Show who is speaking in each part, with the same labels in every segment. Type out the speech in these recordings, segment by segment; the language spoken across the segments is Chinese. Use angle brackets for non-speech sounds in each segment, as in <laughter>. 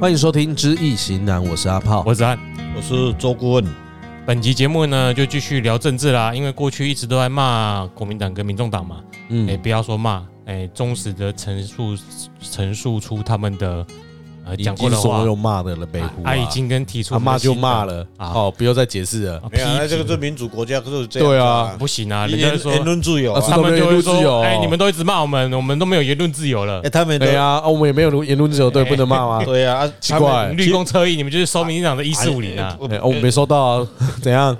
Speaker 1: 欢迎收听《知易行难》，我是阿炮。哎
Speaker 2: 我是安。
Speaker 3: 我是周顾问，
Speaker 2: 本集节目呢，就继续聊政治啦，因为过去一直都在骂国民党跟民众党嘛，哎、
Speaker 1: 嗯，
Speaker 2: 不要说骂，哎、忠实的陈述陈述出他们的呃
Speaker 1: 已
Speaker 2: 讲过
Speaker 1: 经
Speaker 2: 的
Speaker 1: 所
Speaker 2: 话，
Speaker 1: 有骂的了，北
Speaker 2: 啊
Speaker 1: 湖
Speaker 2: 啊已经跟提出
Speaker 1: 啊骂就骂
Speaker 2: 了，
Speaker 1: 了，
Speaker 2: 啊
Speaker 1: 哦，不要再解释了。
Speaker 2: 啊
Speaker 3: 没有啊，那
Speaker 2: 批
Speaker 3: 这个
Speaker 2: 评
Speaker 3: 是民主国家就是这样子，
Speaker 1: 对啊
Speaker 2: 不行啊，
Speaker 3: 一
Speaker 2: 人家
Speaker 3: 言
Speaker 2: 就说
Speaker 3: 言论自由
Speaker 1: 啊
Speaker 3: 啊，
Speaker 2: 他们就会
Speaker 1: 自由
Speaker 2: 说，哎、你们都一直骂我们，我们都没有言论自由了
Speaker 3: 哎，，他们都
Speaker 1: 对啊，哎啊我们也没有言论自由，对，不能骂吗？
Speaker 3: 对啊啊，
Speaker 1: 奇怪，
Speaker 2: 绿公车意，你们就是收民进党的一四五零啊，
Speaker 1: 哎哦，我没收到啊， <laughs> 怎样？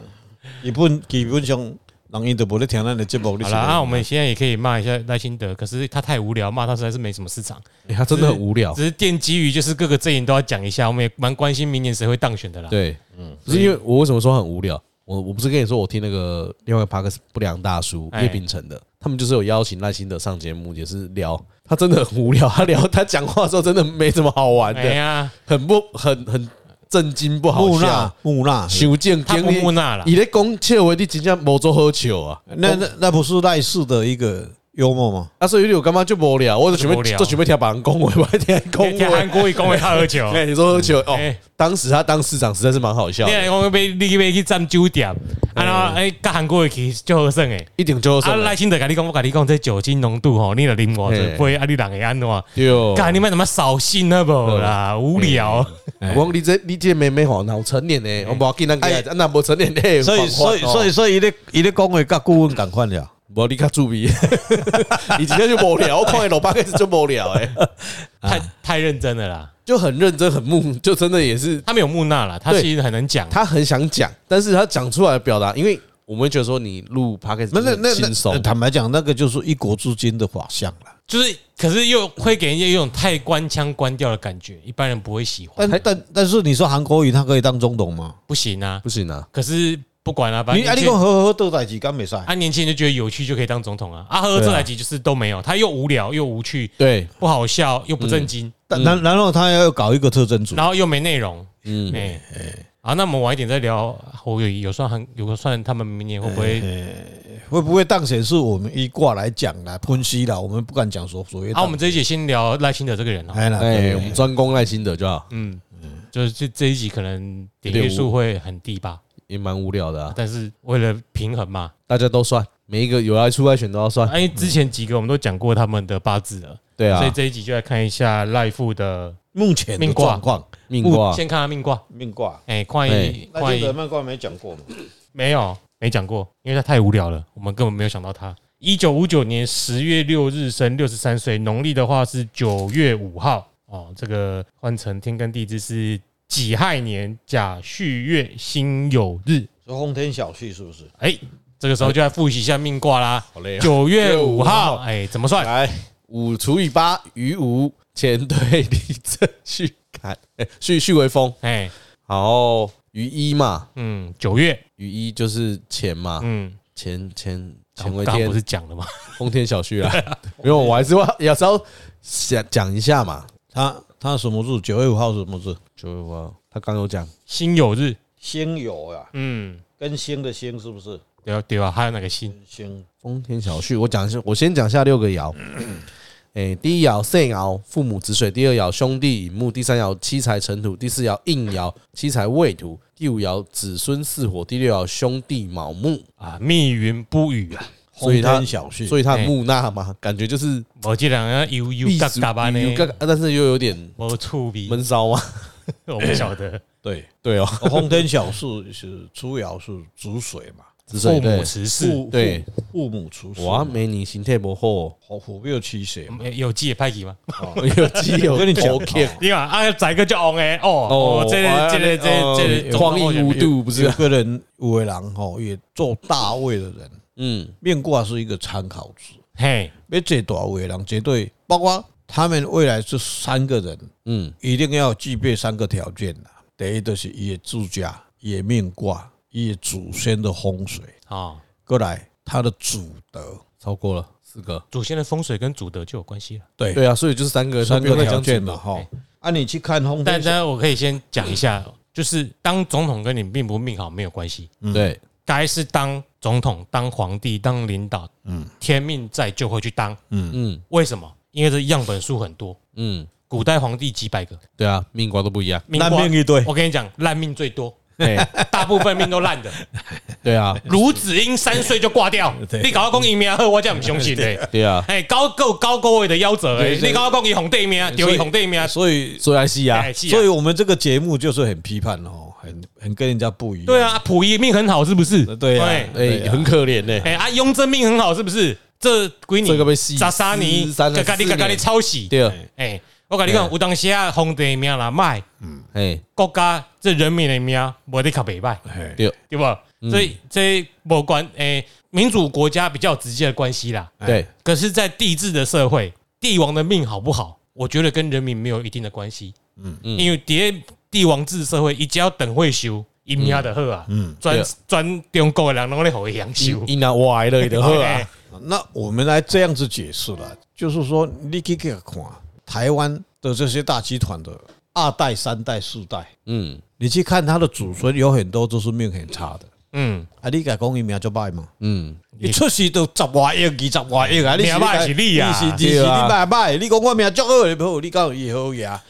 Speaker 3: 基本基本上人伊都无咧听咱的节目，你
Speaker 2: 好
Speaker 3: 是
Speaker 2: 啦，那、我们现在也可以骂一下赖清德，可是他太无聊，骂他实在是没什么市场。
Speaker 1: 哎他真的很无聊。
Speaker 2: 只是奠基于就是各个阵营都要讲一下，我们也蛮关心明年谁会当选的啦。
Speaker 1: 对，嗯，不是因为我为什么说很无聊？我我不是跟你说我听那个另外一个 p 克斯不良大叔
Speaker 2: 哎
Speaker 1: 叶秉成的，他们就是有邀请赖清德上节目，也是聊，他真的很无聊， <laughs> 他聊他讲话的时候真的没什么好玩
Speaker 2: 哎
Speaker 1: 的，
Speaker 2: 呀，
Speaker 1: 很不很很震惊，
Speaker 2: 啊
Speaker 1: 不好
Speaker 3: 木
Speaker 1: 笑
Speaker 3: 讷，木讷，
Speaker 1: 修建
Speaker 2: 他不木讷啦
Speaker 1: 你在讲笑话，你真正无做好笑啊！
Speaker 3: 那那那不是赖氏的一个幽默吗？
Speaker 1: 啊，所以你有干嘛就无聊，我就准
Speaker 2: 很无
Speaker 1: 备
Speaker 2: 聊
Speaker 1: 就准备听别人讲话，我听人
Speaker 2: 天
Speaker 1: 讲
Speaker 2: 天
Speaker 1: 话
Speaker 2: 韩。国语恭维他
Speaker 1: <laughs>
Speaker 2: 喝酒，
Speaker 1: 哎，你说喝酒哦
Speaker 2: 哎，
Speaker 1: 当时他当市长实在是蛮好笑
Speaker 2: 你
Speaker 1: 的， <laughs>
Speaker 2: 来讲被你被去占酒店，啊然后哎，跟韩国语去就好耍诶。
Speaker 1: 一顶就是
Speaker 2: 啊，赖清德跟你讲，我跟你讲，这酒精浓度吼，你若啉我
Speaker 1: 哎
Speaker 2: 这杯，啊你人会安怎？
Speaker 1: 哟，
Speaker 2: 干你们怎么扫兴了不啦？无聊，
Speaker 1: 我讲你这你这妹妹吼，哪有成年呢？我不要跟咱
Speaker 3: 哎
Speaker 1: 啊个，那无成年 <laughs> 呢？
Speaker 3: 所以所以
Speaker 1: 哦
Speaker 2: 哦
Speaker 3: 所以，所以伊咧伊咧讲话甲顾问共款了，
Speaker 1: 无你较注意， <laughs> 你今天就无聊，我看你老爸开始就无聊， <laughs> 哎，
Speaker 2: 太太认真了啦。
Speaker 1: 就很认真，很木，就真的也是
Speaker 2: 他没有木讷啦，他
Speaker 1: 对
Speaker 2: 其实很能讲。
Speaker 1: 他很想讲，但是他讲出来的表达，因为我们会觉得说你录 p o d c
Speaker 3: 那
Speaker 1: a
Speaker 3: 那
Speaker 1: s
Speaker 3: 那
Speaker 1: 轻松
Speaker 3: 那，呃坦白讲，那个就是一国之君的画像了。
Speaker 2: 就是，可是又会给人家一种太官腔关调的感觉，一般人不会喜欢。
Speaker 3: 但但但是你说韩国瑜他可以当总统吗？
Speaker 2: 不行啊，
Speaker 1: 不行啊。
Speaker 2: 可是不管了、反正
Speaker 3: 你啊，你
Speaker 2: 年
Speaker 3: 讲
Speaker 2: 轻人
Speaker 3: 好好做代志，敢袂使？
Speaker 2: 啊，年轻人就觉得有趣就可以当总统啊。啊，呵，
Speaker 3: 对啊
Speaker 2: 这台集就是都没有，他又无聊又无趣，
Speaker 1: 对，
Speaker 2: 不好笑又不正经，
Speaker 3: 但然然后他要搞一个特征组，
Speaker 2: 然后又没内容。
Speaker 1: 嗯，
Speaker 2: 哎、好，那我们晚一点再聊侯友谊，有算很有算他们明年会不会？
Speaker 3: 会不会当选是我们一卦来讲啦，分析啦，我们不敢讲说所谓。
Speaker 2: 啊，我们这一集先聊赖清德这个人啊，
Speaker 3: 哎啦，
Speaker 1: 哎，
Speaker 3: 对
Speaker 1: 我们专攻赖心德就好，
Speaker 2: 嗯，就是这这一集可能点阅数会很低吧，
Speaker 1: 也蛮无聊的啊，
Speaker 2: 但是为了平衡嘛，
Speaker 1: 大家都算，每一个有来出外选都要算，
Speaker 2: 哎，之前几个我们都讲过他们的八字了，
Speaker 1: 对
Speaker 2: 所以
Speaker 1: 啊，
Speaker 2: 这一集就来看一下赖富的，
Speaker 3: 目前
Speaker 2: 命
Speaker 3: 的
Speaker 2: 卦
Speaker 3: 状况，
Speaker 1: 命卦
Speaker 2: 先看他命卦，
Speaker 3: 命卦，
Speaker 2: 哎，看一
Speaker 3: 那
Speaker 2: 看
Speaker 3: 这
Speaker 2: 一
Speaker 3: 个命卦没讲过嘛？
Speaker 2: 没有，没讲过，因为他太无聊了，我们根本没有想到他。一九五九年十月六日生，六十三岁，农历的话是九月五号哦。这个换成天干地支是己亥年甲戌月辛酉日。
Speaker 3: 说轰天小旭是不是？
Speaker 2: 哎，这个时候就来复习一下命卦啦。
Speaker 1: 好嘞，
Speaker 2: 啊九月五
Speaker 1: 5号
Speaker 2: 号，哎，怎么算？
Speaker 3: 来，
Speaker 1: 五除以八余五，前对离正序坎， <laughs> 哎，序序为风，
Speaker 2: 哎，
Speaker 1: 然后余一嘛，
Speaker 2: 嗯，九月，
Speaker 1: 余一就是乾嘛，
Speaker 2: 嗯，
Speaker 1: 乾乾乾
Speaker 2: 刚
Speaker 1: 为
Speaker 2: 刚
Speaker 1: 天
Speaker 2: 不，是讲了吗？
Speaker 1: 丰田小旭啦，因为我还是要也是要想讲一下嘛，
Speaker 3: 他他什么日？九月五号是什么日？
Speaker 1: 就我他刚有讲，
Speaker 2: 辛酉日，
Speaker 3: 星有啊，
Speaker 2: 嗯，
Speaker 3: 跟星的星是不是？
Speaker 2: 对啊，对啊，还有哪个辛？
Speaker 3: 星
Speaker 1: 丰田小旭，我讲一下，我先讲一下六个 <clears throat> 爻。哎、第一爻肾爻，父母子水；第二爻兄弟引木；第三爻七财成土；第四爻应爻，七财未土；第五爻子孙巳火；第六爻兄弟卯木。
Speaker 2: 啊，密云不雨啊，
Speaker 1: 所以
Speaker 3: 轰
Speaker 1: 他
Speaker 3: 天小旭，
Speaker 1: 所以他
Speaker 2: 哎
Speaker 1: 木讷嘛，感觉就是
Speaker 2: 我这两个悠悠嘎嘎吧呢，
Speaker 1: 嗯有个但是又有点
Speaker 2: 我触鼻，
Speaker 1: 闷骚嘛。
Speaker 2: 我不晓得。
Speaker 3: 对，
Speaker 1: 对哦，
Speaker 3: 轰天小旭是初爻是主水嘛，
Speaker 1: 子
Speaker 2: 父
Speaker 1: 水
Speaker 2: 母
Speaker 1: 对，
Speaker 2: 慈氏，
Speaker 3: 父
Speaker 1: 对
Speaker 3: 父父母出世，
Speaker 1: 哇，美女形态不好，哦
Speaker 3: 虎虎没有七血嘛，
Speaker 2: 嗯有记也派给吗？
Speaker 1: <laughs> 有肌有
Speaker 3: 我跟你讲
Speaker 1: 头壳
Speaker 2: <laughs> 你看啊，宰个叫昂哎哦哦，这个这个这个这个
Speaker 1: 荒淫无，度，不
Speaker 3: 有
Speaker 1: 是？啊
Speaker 3: 个人有个人吼，也做大位的人，
Speaker 1: 嗯，
Speaker 3: 面卦是一个参考值。
Speaker 2: 嘿，
Speaker 3: 要做大位的人，绝对包括他们未来这三个人，
Speaker 1: 嗯，
Speaker 3: 一定要具备三个条件啦。第一就是伊的住家、伊的命卦、伊的祖先的风水，
Speaker 2: 啊，
Speaker 3: 过来他的祖德，
Speaker 1: 超过了四个。
Speaker 2: 祖先的风水跟祖德就有关系了。
Speaker 3: 对
Speaker 1: 对啊，所以就是三个
Speaker 3: 三
Speaker 1: 那
Speaker 3: 个
Speaker 1: 不用再
Speaker 3: 条
Speaker 1: 讲
Speaker 3: 件
Speaker 1: 主
Speaker 3: 嘛，
Speaker 1: 了
Speaker 3: 哈
Speaker 2: 哎。
Speaker 3: 啊，你去看风
Speaker 2: 但
Speaker 3: 水，
Speaker 2: 但我可以先讲一下，就是当总统跟你命不命好没有关系，
Speaker 3: 嗯
Speaker 1: 对，
Speaker 2: 该是当总统、当皇帝、当领导，嗯，天命在就会去当。
Speaker 1: 嗯
Speaker 2: 为什么？因为这样本数很多，
Speaker 1: 嗯，
Speaker 2: 古代皇帝几百个，
Speaker 1: 对啊，命卦都不一
Speaker 3: <laughs>
Speaker 1: 样。
Speaker 2: 命
Speaker 3: 烂
Speaker 2: 卦
Speaker 3: 命一堆，
Speaker 2: 我跟你讲，烂命最多，
Speaker 1: 哎，
Speaker 2: 大部分命都烂的。
Speaker 1: 对啊，
Speaker 2: 卢子英三岁就挂掉，
Speaker 3: 对
Speaker 2: 你搞到公赢命好，我这样不相信嘞。
Speaker 1: 对啊，
Speaker 2: 哎，高够高高位的夭折哎，
Speaker 3: 对对
Speaker 2: 你搞到公赢红对面，丢一红对面，
Speaker 3: 所以
Speaker 1: 所以还是啊
Speaker 2: 哎，，是啊
Speaker 3: 所以我们这个节目就是很批判哦，很很跟人家不一样。
Speaker 2: 对，啊，溥仪命很好是不是？
Speaker 3: 对
Speaker 2: 哎
Speaker 3: 啊，对
Speaker 1: 哎，
Speaker 3: 啊
Speaker 1: 很可怜呢。
Speaker 2: 哎啊，雍正命很好是不是？这闺女
Speaker 1: 这个被戏
Speaker 2: 扎沙尼，
Speaker 1: 三
Speaker 2: 嘎嘎你嘎嘎你抄袭。
Speaker 1: 对啊，
Speaker 2: 哎，我跟你讲，有当时啊，皇帝命啦卖
Speaker 1: 哎，
Speaker 2: 国家这人民的命，无得较袂歹。
Speaker 3: 哎
Speaker 1: 对
Speaker 2: 对吧？
Speaker 1: 嗯
Speaker 2: 所以这某关诶、民主国家比较直接的关系啦。
Speaker 3: 哎
Speaker 1: 对，
Speaker 2: 可是，在帝制的社会，帝王的命好不好，我觉得跟人民没有一定的关系。嗯嗯，因为伫帝王制社会，伊只要等会修，伊命就好啊。嗯，专
Speaker 1: 对
Speaker 2: 专中国的人拢咧互伊享受。哎
Speaker 1: 伊拿歪了就好啊。
Speaker 3: <laughs> 哎那我们来这样子解释了，就是说，你去给看台湾的这些大集团的二代、三代、四代，
Speaker 1: 嗯
Speaker 3: 你去看他的祖孙，有很多都是命很差的。
Speaker 2: 嗯，
Speaker 3: 啊，你改讲伊名就歹嘛，
Speaker 1: 嗯，
Speaker 3: 你出世都十外亿、二十外亿啊！你
Speaker 2: 命歹是你啊
Speaker 3: 你是你是
Speaker 1: 对
Speaker 3: 你
Speaker 1: 啊
Speaker 3: 歹歹，你讲我名足好，不好，你讲以后呀。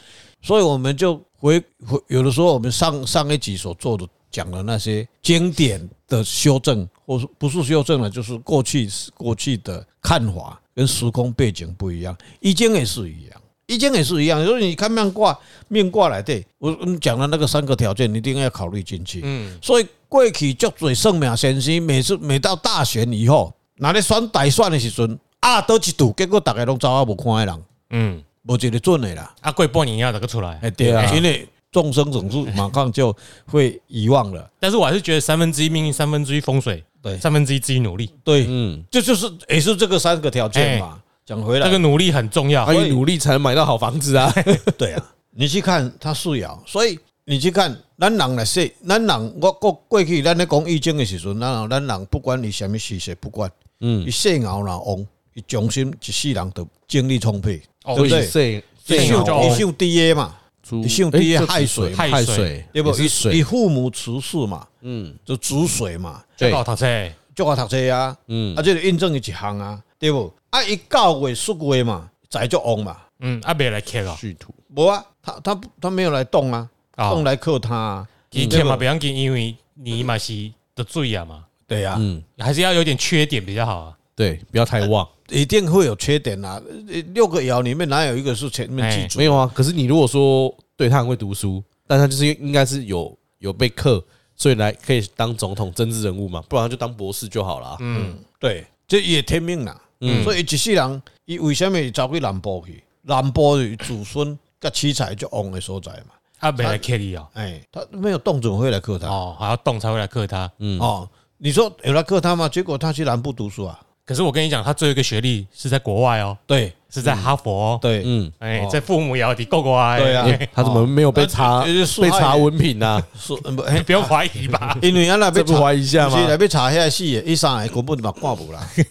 Speaker 3: 所以我们就回回，有的时候我们上上一集所做的讲的那些经典的修正，或是不是修正了，就是过去过去的看法跟时空背景不一样，易经也是一样。易经也是一样，就是你看命卦，命卦来对我我们讲的那个三个条件，你一定要考虑进去。
Speaker 2: 嗯，
Speaker 3: 所以过去足侪算命先生，每次每到大选以后，若咧选大选的时阵，啊，倒一度，结果逐个拢走啊无看的人，
Speaker 2: 嗯，
Speaker 3: 无一个准的啦。
Speaker 2: 啊，过半年要哪个出来？
Speaker 3: 哎，对啊
Speaker 1: 对，啊
Speaker 3: 因为众生总是马上就会遗忘了。
Speaker 2: 但是我还是觉得三分之一命运，三分之一风水，
Speaker 3: 对
Speaker 2: 三分之一自己努力。
Speaker 3: 对，
Speaker 1: 嗯，
Speaker 3: 这就是也是这个三个条件
Speaker 1: 哎
Speaker 3: 嘛。讲回
Speaker 2: 这
Speaker 3: 来
Speaker 2: 个，努力很
Speaker 3: 啊
Speaker 2: 重要
Speaker 1: 他。要啊努力才能买到好房子
Speaker 3: <laughs>
Speaker 1: 啊。
Speaker 3: 对啊，你去看他素爻，所以你去看咱人来说，咱人我过过去咱咧讲易经的时阵，咱人咱人不管你什么事实不管，
Speaker 1: 嗯
Speaker 3: 伊姓熬若旺，伊终身一世人都精力充沛，
Speaker 2: 哦
Speaker 3: 对
Speaker 1: <laughs>
Speaker 3: 不
Speaker 1: 所
Speaker 3: 对
Speaker 1: 以？这
Speaker 2: 最
Speaker 1: 这
Speaker 2: 好就
Speaker 3: 一秀低 A 嘛，
Speaker 1: 猪
Speaker 3: 你姓第一
Speaker 1: 哎这
Speaker 3: 亥
Speaker 1: 子
Speaker 3: 水
Speaker 2: 嘛
Speaker 1: 亥水
Speaker 3: 对不
Speaker 1: 也？是
Speaker 3: 以
Speaker 1: 水，
Speaker 3: 父母慈氏嘛，
Speaker 1: 嗯，
Speaker 3: 就主水嘛，
Speaker 1: 对，
Speaker 2: 老头菜，
Speaker 3: 就我读册啊，
Speaker 1: 嗯
Speaker 3: 啊，这个印证伊一项啊，对不？啊，一九月四月嘛，财就旺嘛，
Speaker 2: 嗯，阿伯来看哦。
Speaker 1: 续土，
Speaker 3: 无啊，他他他没有来动啊，
Speaker 1: 哦
Speaker 2: 啊
Speaker 3: 动来克他啊，
Speaker 2: 以前嘛不要紧，因为你嘛是得罪啊嘛，
Speaker 3: 对啊，
Speaker 1: 嗯，
Speaker 2: 还是要有点缺点比较好啊。
Speaker 1: 对，不要太旺，
Speaker 3: 一定会有缺点啊，呃六个爻里面哪有一个是前面记住？
Speaker 1: 没有啊。可是你如果说对他很会读书，但他就是应该是有有被克，所以来可以当总统政治人物嘛，不然他就当博士就好了。
Speaker 2: 嗯，
Speaker 3: 对，这也天命啦。
Speaker 1: 嗯
Speaker 3: 所以一世人，伊为什么会走去南部去？南部是子孙甲七彩就旺的所在嘛。
Speaker 2: 阿伯来克你哦，
Speaker 3: 哎，他没有动，怎么会来克他？
Speaker 2: 哦，还要动才会来克他。
Speaker 1: 嗯
Speaker 3: 哦，你说有来克他吗？结果他去南部读书啊。
Speaker 2: 可是我跟你讲，他最后一个学历是在国外哦，
Speaker 3: 对
Speaker 2: 是在哈佛哦。
Speaker 3: 对
Speaker 1: 嗯，
Speaker 2: 哎，
Speaker 3: 哦
Speaker 2: 在父母也要抵够过啊。
Speaker 3: 对啊
Speaker 2: 哎
Speaker 1: 他怎么没有被查
Speaker 3: 啊这就是
Speaker 1: 被
Speaker 3: 害
Speaker 1: 查文凭啊呢？
Speaker 3: 是嗯不哎
Speaker 2: <laughs> 你，不用怀疑
Speaker 3: <laughs>？
Speaker 2: 吧
Speaker 1: <laughs>
Speaker 3: 因为啊俺那
Speaker 1: 这
Speaker 3: 边
Speaker 1: 不怀疑一下吗？
Speaker 3: 来边查遐戏的，一上来根本嘛看无啦。
Speaker 1: <laughs>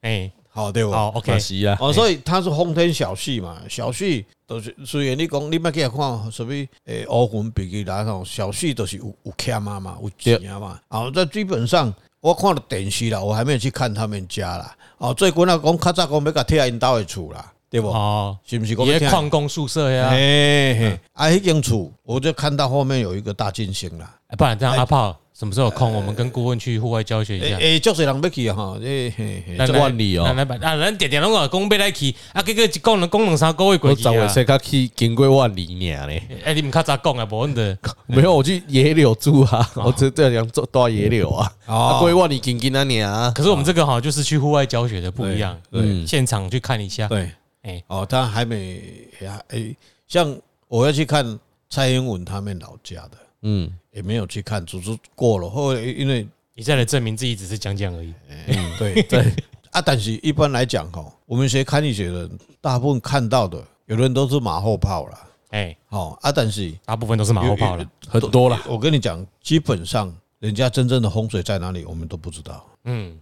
Speaker 2: 哎，
Speaker 3: 好对不？
Speaker 2: 好，OK
Speaker 1: 可。惜啊，
Speaker 3: <laughs> 哦，所以他是轰天小戏嘛，小戏都是虽然你讲你捌去看什么诶乌云笔记啦，吼，小戏都是有有欠啊嘛，有钱啊嘛。啊，在基本上我看了电视啦，我还没有去看他们家啦。哦，最近啊讲较早讲要甲拆因兜的厝啦，对不？
Speaker 2: 哦，
Speaker 3: 是不是讲要
Speaker 2: 也
Speaker 3: 拆
Speaker 2: 矿工宿舍
Speaker 3: 哎
Speaker 2: 呀，
Speaker 3: 嘿
Speaker 1: 嗯
Speaker 3: 嘿，啊，迄间厝我就看到后面有一个大进行啦。
Speaker 2: 哎不然这样阿炮什么时候有空，
Speaker 3: 哎
Speaker 2: 我们跟顾问去户外教
Speaker 1: 哎
Speaker 2: 学一下。
Speaker 3: 诶，诶，足侪人要去啊吼，诶嘿嘿，
Speaker 2: 咱
Speaker 3: 哎这
Speaker 2: 来
Speaker 1: 万里哦
Speaker 2: 咱来办啊，咱点点拢讲讲要来去，啊，结果一讲两讲两三个月过
Speaker 1: 我
Speaker 2: 去
Speaker 1: 找我
Speaker 2: 啊。
Speaker 1: 谁他去经过万里呢？嘞，
Speaker 2: 哎，你们较早讲啊，无问的。
Speaker 1: 没有，我去野柳住啊，我
Speaker 3: 哦
Speaker 1: 这这两做到野柳啊，啊，过万里近近啊你啊，
Speaker 2: 可是我们这个哈，就是去户外教学的不一样，
Speaker 3: 对
Speaker 1: 嗯
Speaker 2: 现场去看一下。
Speaker 3: 对，
Speaker 2: 哎
Speaker 3: 哦，他还没呀，诶，像我要去看蔡英文他们老家的，
Speaker 1: 嗯。
Speaker 3: 也没有去看，只是过了。后来因为，
Speaker 2: 你再来证明自己只是讲讲而已。
Speaker 3: <laughs> 嗯，对对啊，但是一般来讲哈，我们学看医学的人，大部分看到的，有的人都是马后炮啦，
Speaker 2: 哎，
Speaker 3: 哦啊，但是
Speaker 2: 大部分都是马后炮了。
Speaker 1: 很多啦，
Speaker 3: 我跟你讲，基本上人家真正的风水在哪里，我们都不知道，
Speaker 2: 嗯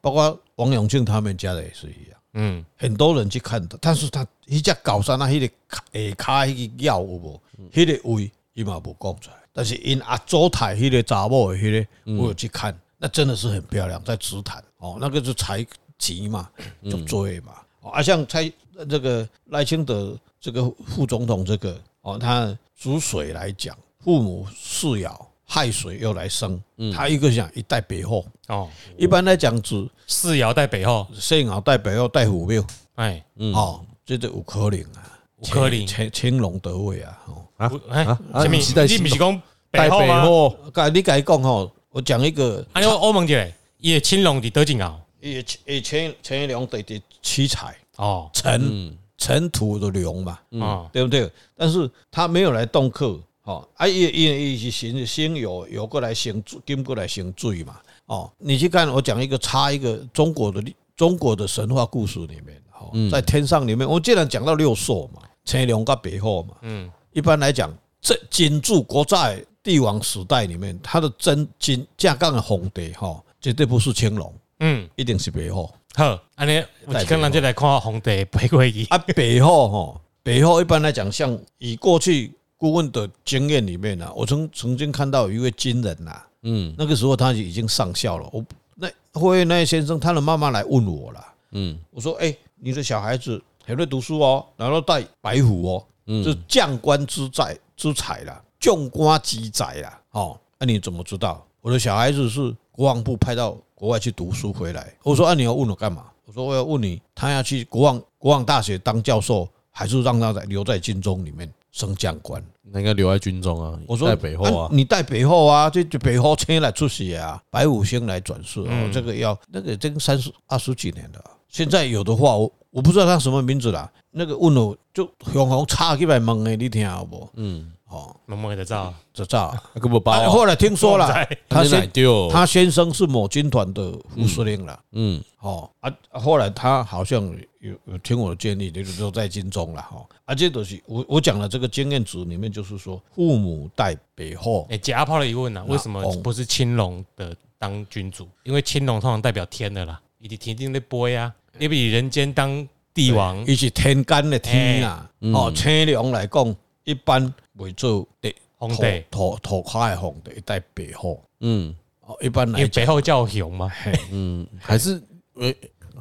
Speaker 3: 包括王永庆他们家的也是一样。
Speaker 2: 嗯，
Speaker 3: 很多人去看的，但是他一只搞山那迄个下骹迄个腰有无？
Speaker 1: 嗯
Speaker 3: 迄、个位伊嘛无讲出来，但是因阿周台迄个查某的迄、
Speaker 1: 嗯
Speaker 3: 个，我有去看，那真的是很漂亮，在紫檀哦，那个
Speaker 2: 嗯
Speaker 3: 呃是财吉嘛，就追嘛。哦啊，像蔡这个赖清德这个副总统这个哦，他煮水来讲，父母饲养亥水又来生，
Speaker 2: 嗯
Speaker 3: 他一个讲一代北后，
Speaker 2: 哦，
Speaker 3: 一般来讲指
Speaker 2: 四爻带北后，
Speaker 3: 圣鳌带北后带虎庙
Speaker 2: 哎，
Speaker 1: 嗯
Speaker 3: 哦，这就有可能啊，
Speaker 2: 有可能
Speaker 3: 青青龙得位啊，哦，
Speaker 1: 啊
Speaker 2: 不哎
Speaker 1: 啊，啊
Speaker 2: 什么
Speaker 1: 你是在
Speaker 2: 你不是讲
Speaker 1: 带
Speaker 2: 北后
Speaker 1: 北
Speaker 2: 吗？啊
Speaker 1: 货，
Speaker 3: 该哦你该讲吼，我讲一个
Speaker 2: 还有欧盟姐，也青龙的德景鳌
Speaker 3: 以以前乾隆得的七彩
Speaker 2: 哦，
Speaker 3: 尘
Speaker 1: 嗯
Speaker 3: 尘土的龙嘛，
Speaker 2: 哦，
Speaker 3: 对不对？但是他没有来动克，哦，啊，也也也是先先有有过来先金过来先罪嘛，哦，你去看我讲一个插一个中国的历中国的神话故事里面，哦，在天上里面，我既然讲到六兽嘛，乾隆跟北后嘛，
Speaker 2: 嗯，
Speaker 3: 一般来讲，这金柱国在帝王时代里面，他的真金架杠的皇帝哈、哦，绝对不是乾隆，
Speaker 2: 嗯，
Speaker 3: 一定是北后
Speaker 2: 好，安尼我
Speaker 3: 带北
Speaker 2: 可能就来看红地北过去，
Speaker 3: 啊，北后哈、哦，北后一般来讲，像以过去顾问的经验里面呢、啊，我曾曾经看到有一位军人呐、
Speaker 1: 嗯
Speaker 3: 那个时候他已经上校了，我不那会那位先生他的妈妈来问我了。
Speaker 1: 嗯
Speaker 3: 我说：“哎、你的小孩子很会读书哦，然后带白虎哦，
Speaker 1: 嗯
Speaker 3: 这将官之才之才啦，将官之才啦，哦，那、你怎么知道我的小孩子是国防部派到国外去读书回来？”我说：“啊，你要问我干嘛？”我说：“我要问你，他要去国防国防大学当教授，还是让他在留在军中里面升将官？”
Speaker 1: 那应该留在军中啊，
Speaker 3: 我说
Speaker 1: 带北货啊，
Speaker 3: 你带北后啊，这这北后迁来出血啊，白五星来转世哦
Speaker 2: 嗯，
Speaker 3: 这个要那个已经三十二十几年了。现在有的话，我我不知道他什么名字啦。那个问我就红红插起来问的，你听好不？
Speaker 1: 嗯，
Speaker 3: 哦，
Speaker 2: 慢慢的照，
Speaker 3: 这照。
Speaker 1: 那个不包
Speaker 3: <laughs> 啊
Speaker 1: 啊，
Speaker 3: 后来听说
Speaker 2: 我不
Speaker 3: 了
Speaker 2: 知，
Speaker 3: 他
Speaker 1: 你哪
Speaker 3: 先
Speaker 1: 丢，
Speaker 3: 他先生是某军团的副司令了。
Speaker 1: 嗯
Speaker 3: 哦啊，后来他好像有有听我的建议，就是都在军中了哈。哦啊，这东西我我讲了这个经验值里面，就是说父母带北后，
Speaker 2: 哎，假炮的疑问呢，为什么不是青龙的当君主？因为青龙通常代表天的啦，一定天定的波呀，啊你比人间当帝王，
Speaker 1: 哎
Speaker 3: 伊是天干的天啊，
Speaker 1: 嗯
Speaker 3: 哦，青龙来讲，一般袂做地
Speaker 2: 红地，
Speaker 3: 土土卡的皇帝一代白虎，
Speaker 1: 嗯
Speaker 3: 哦，一般
Speaker 2: 因
Speaker 3: 来
Speaker 2: 为
Speaker 3: 讲，
Speaker 2: 北后叫雄嘛，
Speaker 1: 嗯，还是呃，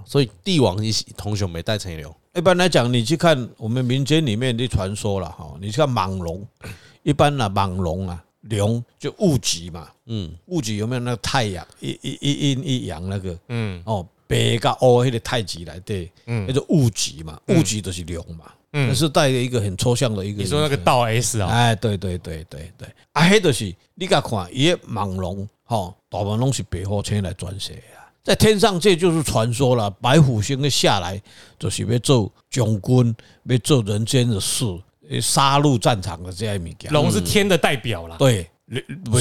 Speaker 1: 所以帝王一起同学没带陈流，
Speaker 3: 一般来讲，你去看我们民间里面的传说了哈，你去看蟒龙，一般啊蟒龙啊龙就戊己嘛，
Speaker 1: 嗯
Speaker 3: 戊己有没有那个太阳一一一阴一阳那个
Speaker 2: 嗯
Speaker 3: 哦，白甲黑迄个太极来对，那
Speaker 2: 嗯，
Speaker 3: 就戊己嘛，戊己就是龙嘛，
Speaker 2: 嗯
Speaker 3: 但是带着一个很抽象的一个，
Speaker 2: 你说那个倒 S
Speaker 1: 嗯
Speaker 2: 啊，
Speaker 3: 哎，对对对对对，啊，迄就是你甲看，伊个蟒龙吼，大部分拢是白虎星来转世啊。在天上这就是传说了，白虎星的下来就是要做将军，要做人间的事，要杀戮战场的这些物件。
Speaker 2: 龙是天的代表啦，
Speaker 3: 对，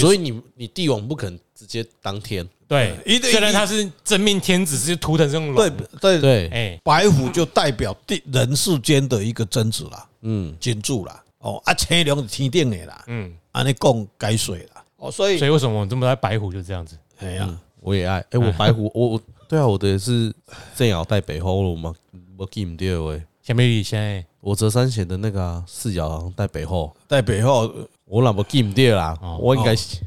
Speaker 1: 所以你你帝王不可能直接当天，
Speaker 2: 对，
Speaker 3: 一定
Speaker 2: 虽然他是真命天子，是图腾这种
Speaker 3: 对
Speaker 2: 龙，
Speaker 3: 对对，
Speaker 1: 对，
Speaker 2: 哎，
Speaker 3: 白虎就代表地人世间的一个真子啦，
Speaker 1: 嗯
Speaker 3: 金主啦，哦啊，青龙是天顶的啦，
Speaker 2: 嗯，
Speaker 3: 安尼讲改水啦，哦，所以
Speaker 2: 所以为什么我们这么爱白虎就这样子？
Speaker 3: 哎呀，
Speaker 1: 我也爱，哎，我白虎， <laughs> 我我对啊，我的也是正瑶带北后了嘛，我 game 第二位，
Speaker 2: 下面你现在
Speaker 1: 我折三写的那个啊四爻好像带北后，
Speaker 3: 在背后
Speaker 1: 我哪么 game 第二啦
Speaker 2: 哦，
Speaker 1: 我应该是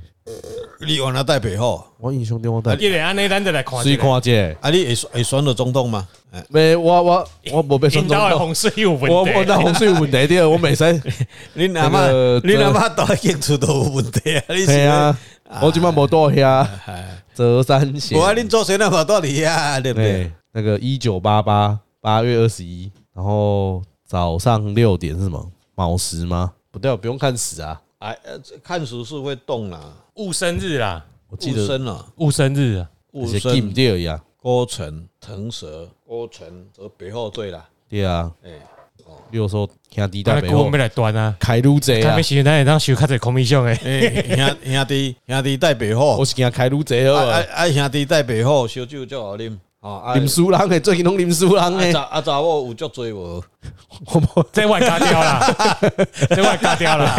Speaker 3: 你原来在背后。
Speaker 1: 我英雄电话带
Speaker 2: 一人安内咱就来看一下，
Speaker 1: 水看姐，
Speaker 3: 啊，你会会选到总统吗？哎
Speaker 1: 没我我我没被选
Speaker 2: 引
Speaker 1: 中
Speaker 2: 导的
Speaker 1: 过，
Speaker 2: 洪水有问
Speaker 1: 我
Speaker 2: 题，
Speaker 1: 我那洪水有问题的，我没
Speaker 2: <laughs>
Speaker 1: 使。
Speaker 3: 你阿妈
Speaker 1: 那个，
Speaker 3: 你阿妈都已经出到有问题啊！你是
Speaker 1: 系，啊，我今晚无到
Speaker 2: 哎
Speaker 1: 遐，折三
Speaker 3: 无
Speaker 1: 弦。
Speaker 3: 啊，恁做谁那么道理啊？对不对？
Speaker 1: 对，那个一九八八八月二十一，然后早上六点是什么？卯时吗？不对，不用看时啊，
Speaker 3: 哎，呃这看时是会动啦，
Speaker 2: 戊生日啦，
Speaker 1: 我记
Speaker 3: 戊
Speaker 1: 得
Speaker 3: 申啊，
Speaker 2: 戊生日啊，
Speaker 3: 戊
Speaker 1: 写 game
Speaker 3: 申、
Speaker 1: 第二呀，
Speaker 3: 郭成、腾蛇、郭成和背后队啦。
Speaker 1: 对啊，
Speaker 3: 哎，
Speaker 1: 六说兄弟
Speaker 2: 那
Speaker 1: 在背
Speaker 2: 国
Speaker 1: 后
Speaker 2: 文要来端啊，
Speaker 1: 开路贼
Speaker 2: 看
Speaker 1: 啊
Speaker 2: 没，时间咱会当收较侪 commission 诶，
Speaker 3: 哎兄兄弟兄弟带背后
Speaker 1: 我，是惊开路贼
Speaker 3: 啊啊
Speaker 1: 哦，
Speaker 3: 啊！兄弟带背后，烧酒足好啉啊！啊
Speaker 1: 林书郎诶，最近拢林书郎
Speaker 3: 啊
Speaker 1: 诶
Speaker 3: 查，啊查某有足多无？
Speaker 1: 我无
Speaker 2: 这我卡掉啦，这我卡掉啦，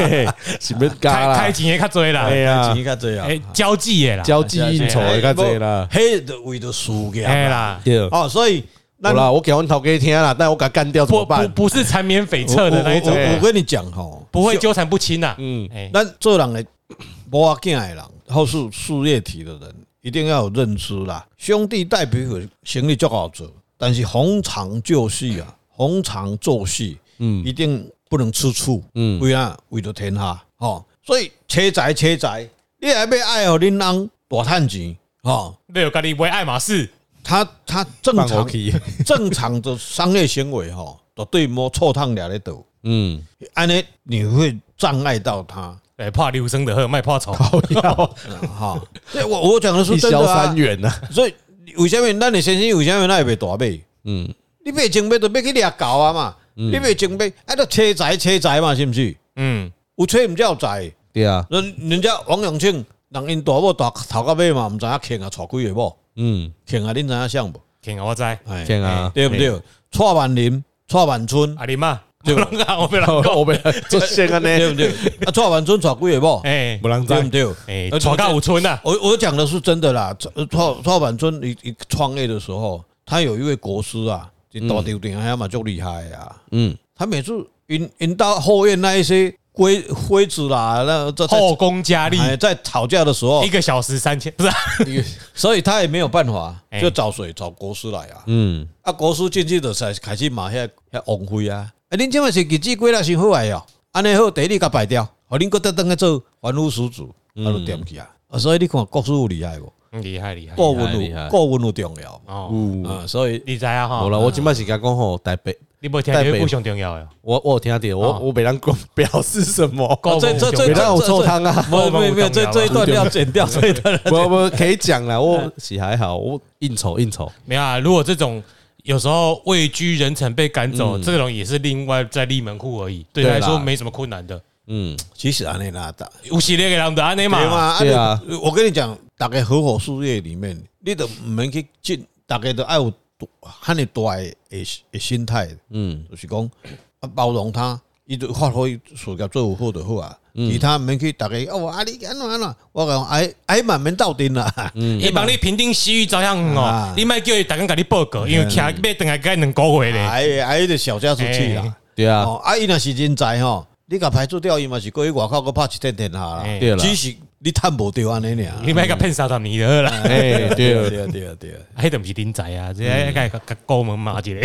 Speaker 1: 是要加
Speaker 2: 开开
Speaker 1: 啦，
Speaker 2: 钱也较侪啦
Speaker 1: 哎，呀，
Speaker 3: 钱较多啊
Speaker 2: 哎，，交际诶啦，
Speaker 1: 交际应酬诶较济啦，
Speaker 3: 迄就为着事业
Speaker 2: 哎
Speaker 3: 啦。
Speaker 2: 啦，
Speaker 1: 对，好
Speaker 3: 哦，所以咱
Speaker 1: 啦，我给阮头家听啦，但我给他干掉怎
Speaker 2: 不
Speaker 1: 么
Speaker 2: 不
Speaker 1: 办？
Speaker 2: 不是缠绵悱恻的那一
Speaker 3: 我
Speaker 2: 种，
Speaker 3: 我我跟你讲吼，
Speaker 2: 不会纠缠不清呐，
Speaker 1: 嗯
Speaker 2: 哎，
Speaker 3: 咱做人的无要紧的人，或是事业体的人，一定要有认知啦。兄弟带皮虎生意足好做，但是逢场作戏啊，逢场作戏，
Speaker 1: 嗯
Speaker 3: 一定不能吃醋，
Speaker 1: 嗯
Speaker 3: 为啊为了天下，吼，所以车宅车宅，你还要爱互恁翁大趁钱，吼，
Speaker 2: 没有咖喱不会爱马仕，
Speaker 3: 他他正
Speaker 1: 放我
Speaker 3: 常
Speaker 1: 去，
Speaker 3: 正常的商业行为，吼，都对摸错烫俩咧斗，
Speaker 1: 嗯，
Speaker 3: 安尼你会障碍到
Speaker 1: <laughs>
Speaker 3: 他，
Speaker 2: 哎，怕留生的喝，卖怕草，
Speaker 3: 哈，对我我讲的是
Speaker 1: 一
Speaker 3: 真
Speaker 1: 消
Speaker 3: 的啊
Speaker 1: 三，元呐，
Speaker 3: 所以为什么咱的先生为什么那会被大买？
Speaker 1: 嗯
Speaker 3: 你买精买就买去掠狗啊嘛，你买精买，啊，就车宅车宅嘛，是不是？
Speaker 2: 嗯，
Speaker 3: 有车毋才有宅。
Speaker 1: 对啊，
Speaker 3: 人人家王永庆，人因大某大头到尾嘛，毋知影欠啊，娶几个某，
Speaker 1: 嗯，
Speaker 3: 欠啊，恁知影像无？
Speaker 2: 听我知，
Speaker 3: 哎，
Speaker 1: 天啊，
Speaker 3: 对不对？娶万林，娶万春，
Speaker 2: 阿里妈，
Speaker 3: 对
Speaker 2: 不能啊，我被人
Speaker 1: 我
Speaker 2: 告，
Speaker 1: 我们 <laughs> 做线啊呢，
Speaker 3: 对不对？啊，娶万春娶几
Speaker 1: <laughs>
Speaker 3: 个某，
Speaker 2: 哎
Speaker 1: 不让
Speaker 3: 对
Speaker 1: 在
Speaker 3: 不，对？
Speaker 2: 哎，
Speaker 3: 而且
Speaker 2: 闯到五村呐，
Speaker 3: 我我讲的是真的啦，呃娶娶娶万春一一创业的时候，他有一位国师啊，这
Speaker 2: 嗯
Speaker 3: 大吊顶还嘛足厉害啊，
Speaker 1: 嗯，
Speaker 3: 他每次引引到后院那一些龟龟子啦，那在在
Speaker 2: 后宫佳丽，
Speaker 3: 哎在吵架的时候
Speaker 2: 一，个小时三千，不是啊，
Speaker 3: 所以他也没有办法，
Speaker 2: 哎
Speaker 3: 就找谁找国师来啊。
Speaker 1: 嗯，
Speaker 3: 啊，国师进去就才开始骂遐遐王妃啊！啊，恁即摆是日子过得真好哎哟，安尼好，第一甲排掉，互恁搁倒当去做凡夫俗子，啊，就点去啊！啊，所以你看国师有厉害无？
Speaker 2: 嗯厉害厉害，
Speaker 3: 国
Speaker 1: 厉害
Speaker 3: 文
Speaker 1: 厉害
Speaker 3: 有国文有重要
Speaker 2: 哦，
Speaker 1: 有，
Speaker 3: 啊，所以
Speaker 2: 你知啊
Speaker 1: 好
Speaker 2: 哈，
Speaker 1: 了，我今摆是甲讲吼，台北，
Speaker 2: 你无听
Speaker 1: 代
Speaker 2: 你
Speaker 1: 表
Speaker 2: 会不上重要的，
Speaker 1: 我我有听到，我
Speaker 2: 哦
Speaker 1: 我袂当讲表示什么，
Speaker 2: 国文有重
Speaker 1: 这
Speaker 2: 要
Speaker 1: 这有臭汤啊
Speaker 3: 没有没有没有，
Speaker 2: 国文
Speaker 3: 这
Speaker 2: 有重要
Speaker 3: 这一段要剪掉，这一
Speaker 1: <laughs>
Speaker 3: 段
Speaker 1: <laughs> 我我可以讲 <laughs> 啦，我是还好，我应酬应酬，
Speaker 2: 没有啊，如果这种有时候位居人城被赶走，
Speaker 1: 嗯
Speaker 2: 这种也是另外在立门户而已，对
Speaker 1: 对
Speaker 2: 他
Speaker 1: 啦
Speaker 2: 来说没什么困难的。
Speaker 1: 嗯，
Speaker 3: 其实安尼啦，大
Speaker 2: 有系列给他们的安内
Speaker 3: 对嘛？
Speaker 2: 嘛，
Speaker 3: 啊
Speaker 1: 对啊，
Speaker 3: 你我跟你讲，大家合伙事业里面，你都毋免去进，大家都爱有汉尼大的的的心态。
Speaker 1: 嗯
Speaker 3: 就是讲啊包容他，伊就发挥事业做有好就好啊。
Speaker 1: 嗯
Speaker 3: 其他毋免去逐个哦，啊你安怎安怎，我讲哎哎慢慢斗阵啦。
Speaker 1: 嗯
Speaker 2: 伊帮你评定西域照相哦
Speaker 3: 啊，
Speaker 2: 你卖叫伊大家给你报
Speaker 1: 嗯
Speaker 2: 告，因为徛要等下该两个月咧。
Speaker 3: 哎哎，就小家子气
Speaker 2: 哎
Speaker 3: 啦。
Speaker 1: 对啊，
Speaker 3: 哦，啊伊若是人才吼，你甲排除掉伊嘛是过去外口个拍一天天下啦
Speaker 2: 哎。
Speaker 1: 对啦，
Speaker 3: 只是你趁无着安尼尔。
Speaker 2: 你卖个骗三十年就好啦，
Speaker 1: 哎，对
Speaker 3: 啊
Speaker 1: 啊。
Speaker 3: <laughs> 对啊对啊对啊。
Speaker 2: 迄都毋是人才啊，这个该甲高门骂一个。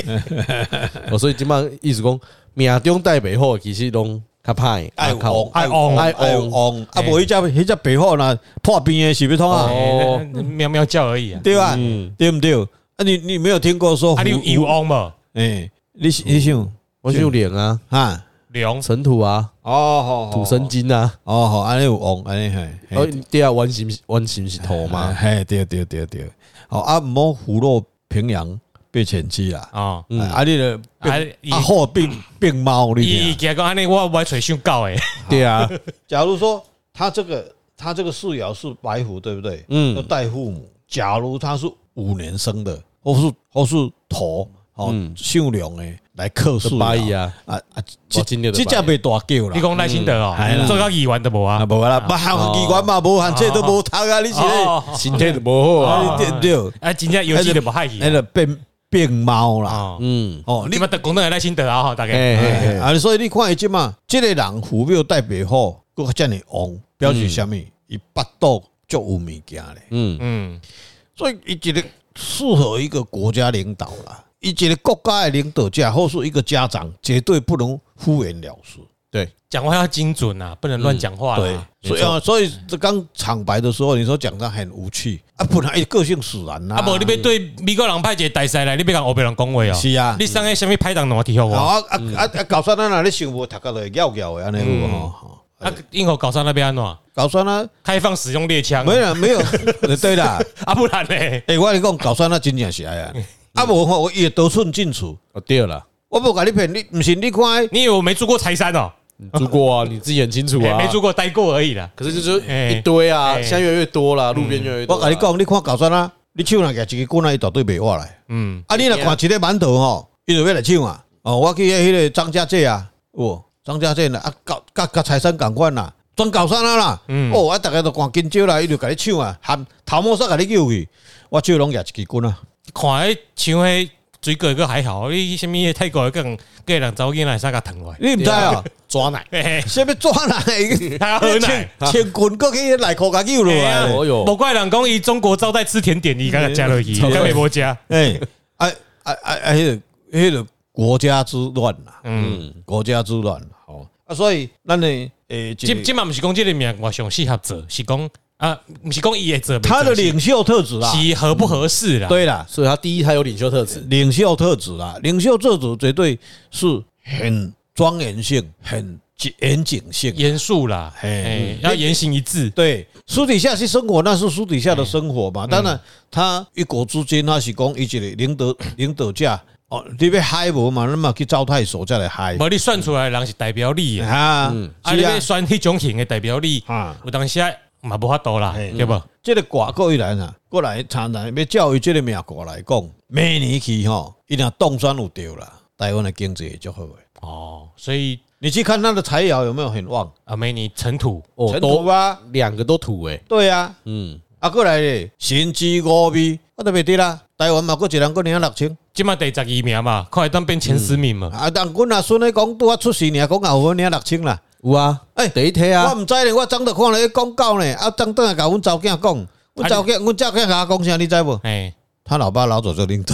Speaker 1: 哦，所以即摆意思讲，命中带白好，其实拢较歹，
Speaker 3: 爱有王，爱
Speaker 2: 爱
Speaker 3: 有王，
Speaker 1: 哎有哦
Speaker 3: 爱有王，啊！
Speaker 2: 哎
Speaker 3: 无迄只迄只白虎若破病诶，是要创啊？
Speaker 1: 哦
Speaker 2: 哦， <laughs> 喵喵叫而已啊。
Speaker 3: <laughs> 对吧？
Speaker 1: 嗯
Speaker 3: 对毋对？啊，你你没哦有听过说
Speaker 2: 啊，你有有翁无？
Speaker 3: 哎，你你想
Speaker 1: 我就脸啊，
Speaker 3: 啊？
Speaker 2: 龙
Speaker 1: 尘土啊，
Speaker 3: 哦，好，
Speaker 1: 土生金啊，
Speaker 3: 哦，好，安尼有王，安尼系，
Speaker 1: 哦
Speaker 3: 嘿，
Speaker 1: 对啊，弯形弯形是头嘛，
Speaker 3: 嘿，对对对对，好啊，毋好虎落平阳被犬欺啦，
Speaker 2: 哦，
Speaker 1: 嗯
Speaker 3: 啊，你咧
Speaker 2: 啊
Speaker 3: 变，
Speaker 2: 伊
Speaker 3: 啊，好变变猫你
Speaker 2: 伊伊
Speaker 3: 听。
Speaker 2: 惊讲安尼，我我要找上狗诶。
Speaker 1: 对 <laughs> 啊，
Speaker 3: 假如说他这个他这个四爻是白虎，对不对？要
Speaker 1: 嗯
Speaker 3: 带父母。假如他是五年生的，或是或是头哦
Speaker 1: 嗯
Speaker 3: 秀龙诶来克
Speaker 1: 是
Speaker 3: 数
Speaker 1: 八亿啊，
Speaker 3: 啊啊，
Speaker 1: 我
Speaker 3: 这
Speaker 1: 今年
Speaker 3: 这
Speaker 1: 的
Speaker 3: 只被大叫
Speaker 2: 你
Speaker 3: 啦。
Speaker 2: 讲耐心得哦
Speaker 3: 嗯，
Speaker 2: 做到议员都无
Speaker 3: 啊，
Speaker 2: 啊。
Speaker 3: 无啦，别行机关嘛，无行这都无读啊，你是咧
Speaker 2: 哦哦
Speaker 1: 身体就无好啊，
Speaker 3: 啊，对对。
Speaker 2: 啊，真正游戏就无害去
Speaker 3: 那个变变猫啦。
Speaker 2: 啊！
Speaker 1: 嗯，
Speaker 3: 哦，
Speaker 2: 你
Speaker 3: 你
Speaker 2: 们得讲得耐心得啊，吼，大家
Speaker 1: 哎哎哎，
Speaker 3: 啊，所以你看伊即嘛，即个人虎标代表好，佫遮尔旺，表示啥物？伊腹肚足有物件咧，
Speaker 1: 嗯
Speaker 2: 嗯，
Speaker 3: 所以伊一个适合一个国家领导啦，伊一个国家的领导者或是一个家长，绝对不能敷衍了事。
Speaker 1: 对，
Speaker 2: 讲话要精准啊，不能乱讲话
Speaker 3: 对
Speaker 2: 啦。，
Speaker 3: 所以啊，所以这刚坦白的时候，你说讲他很无趣啊，本来伊个性使然啦，
Speaker 2: 啊，无你要对美国人派一个大赛来，你要讲欧白人讲话哦。哦嗯
Speaker 3: 是啊
Speaker 2: 你上个什么派档哪提好我？
Speaker 3: 啊啊啊啊，搞啥咱若咧想无读个就摇摇的安尼有无吼？
Speaker 2: 啊，英国搞上那边安怎？
Speaker 3: 搞酸啊，
Speaker 2: 开放使用猎枪
Speaker 3: 没，有没 <laughs> 有，呃对啦。
Speaker 2: 啊不然嘞，
Speaker 3: 诶，我跟你讲，搞酸啊，真正
Speaker 2: <laughs>
Speaker 3: 是哎
Speaker 2: 嗯
Speaker 3: 呀，啊无吼，我伊会得寸进尺。
Speaker 1: 哦对了，
Speaker 3: 我无甲你骗，你毋信你看，
Speaker 2: 你以为我没住过柴山哦？
Speaker 1: 你住过 <laughs> 啊，你自己很清楚
Speaker 2: 哎
Speaker 1: 啊，
Speaker 2: 没住，过，待过而已啦。
Speaker 1: 可是就是
Speaker 2: 哎
Speaker 1: 一堆啊，
Speaker 2: 哎
Speaker 1: 现在越来越多啦，路边越来越多
Speaker 3: 我
Speaker 1: 啦，
Speaker 3: 甲你讲，你看搞酸啊，你手若举一个棍啊，伊绝对袂活来。
Speaker 2: 嗯，
Speaker 3: 啊，你若看一个馒头吼，伊就要来抢啊。哦，我去迄个张家界啊，哦，张家界啦，啊，搞甲甲财产共款啦，全搞山啊啦。
Speaker 2: 嗯
Speaker 3: 哦，啊，逐个都看金蕉啦，伊就甲你抢啊，含头毛煞甲你救去，我手拢举一支棍啊。
Speaker 2: 看迄像迄水果个还好，你什么泰国更个人走进来啥个疼落来？
Speaker 3: 你毋知啊？
Speaker 1: 抓奶，
Speaker 2: 嘿嘿
Speaker 3: 啥物抓啊
Speaker 2: <laughs>
Speaker 3: 来？
Speaker 2: 他要喝奶。
Speaker 3: 穿裙过去内裤甲救落
Speaker 2: 哎呀
Speaker 3: 来。
Speaker 1: 哦哟
Speaker 2: 莫怪人讲伊中国招
Speaker 3: <laughs>
Speaker 2: 待吃甜点，伊刚刚加落去，刚美无加。
Speaker 3: 啊哎，啊啊啊！迄个迄个国家之乱呐、
Speaker 2: 嗯，
Speaker 1: 嗯，
Speaker 3: 国家之乱哦啊，所以咱呢，诶、这
Speaker 2: 今
Speaker 3: 个
Speaker 2: 今嘛不是讲这个名，我上适合做，是讲啊，不是讲伊会做，
Speaker 3: 他的
Speaker 2: 不做
Speaker 3: 领袖特质啦，啊嗯
Speaker 2: 是啊是合不合适啦？，
Speaker 3: 对啦，
Speaker 1: 所以他第一他有领袖特质，
Speaker 3: 领袖特质啦，领袖特质绝对是很庄严性、很严谨性。
Speaker 2: 严肃啦，
Speaker 3: 嘿嗯
Speaker 2: 哎，要言行一致。
Speaker 3: 对，私底下去生活那是私底
Speaker 2: 嗯
Speaker 3: 下的生活嘛。当然，他一国之君，他是讲一个领导领导者哦，你要嗨无嘛，那么去招太守再来嗨
Speaker 2: 无你算出来的人是代表你的，
Speaker 3: 啊
Speaker 1: 嗯，
Speaker 2: 啊，你
Speaker 3: 哎是啊
Speaker 2: 要选迄种型的代表你，
Speaker 3: 啊。
Speaker 2: 有当时啊嘛无法度啦，
Speaker 3: 嘿
Speaker 2: 对
Speaker 1: 嗯
Speaker 2: 不？
Speaker 3: 这个外国以来呢，过来常常要教育这个命国来讲，每年去吼，伊若动转有对啦，台湾的经济会足好的。
Speaker 2: 哦，所以
Speaker 3: 你去看他的财爻有没有很旺？
Speaker 2: 阿美你尘土
Speaker 1: 哦，
Speaker 3: 尘土
Speaker 1: 都
Speaker 3: 啊，
Speaker 1: 两个都土哎，
Speaker 3: 对啊，
Speaker 1: 嗯，
Speaker 3: 啊，过来咧，神之五味，我都袂得啦。台湾嘛，搁一人搁领六千，
Speaker 2: 即嘛第十二名嘛，看会当变前十名
Speaker 1: 嗯
Speaker 2: 嘛。
Speaker 3: 啊，但阮阿孙咧讲拄啊出世尔，讲也有领六千啦。
Speaker 1: 有啊，
Speaker 3: 哎
Speaker 1: 第一题
Speaker 3: 我
Speaker 1: 啊，
Speaker 3: 毋知咧，我昨着看咧广告咧，啊，昨顿来甲阮查某囝讲，阮查某囝，阮查某囝甲我讲啥，你知无？
Speaker 2: 哎，
Speaker 3: 他老爸老早就领走。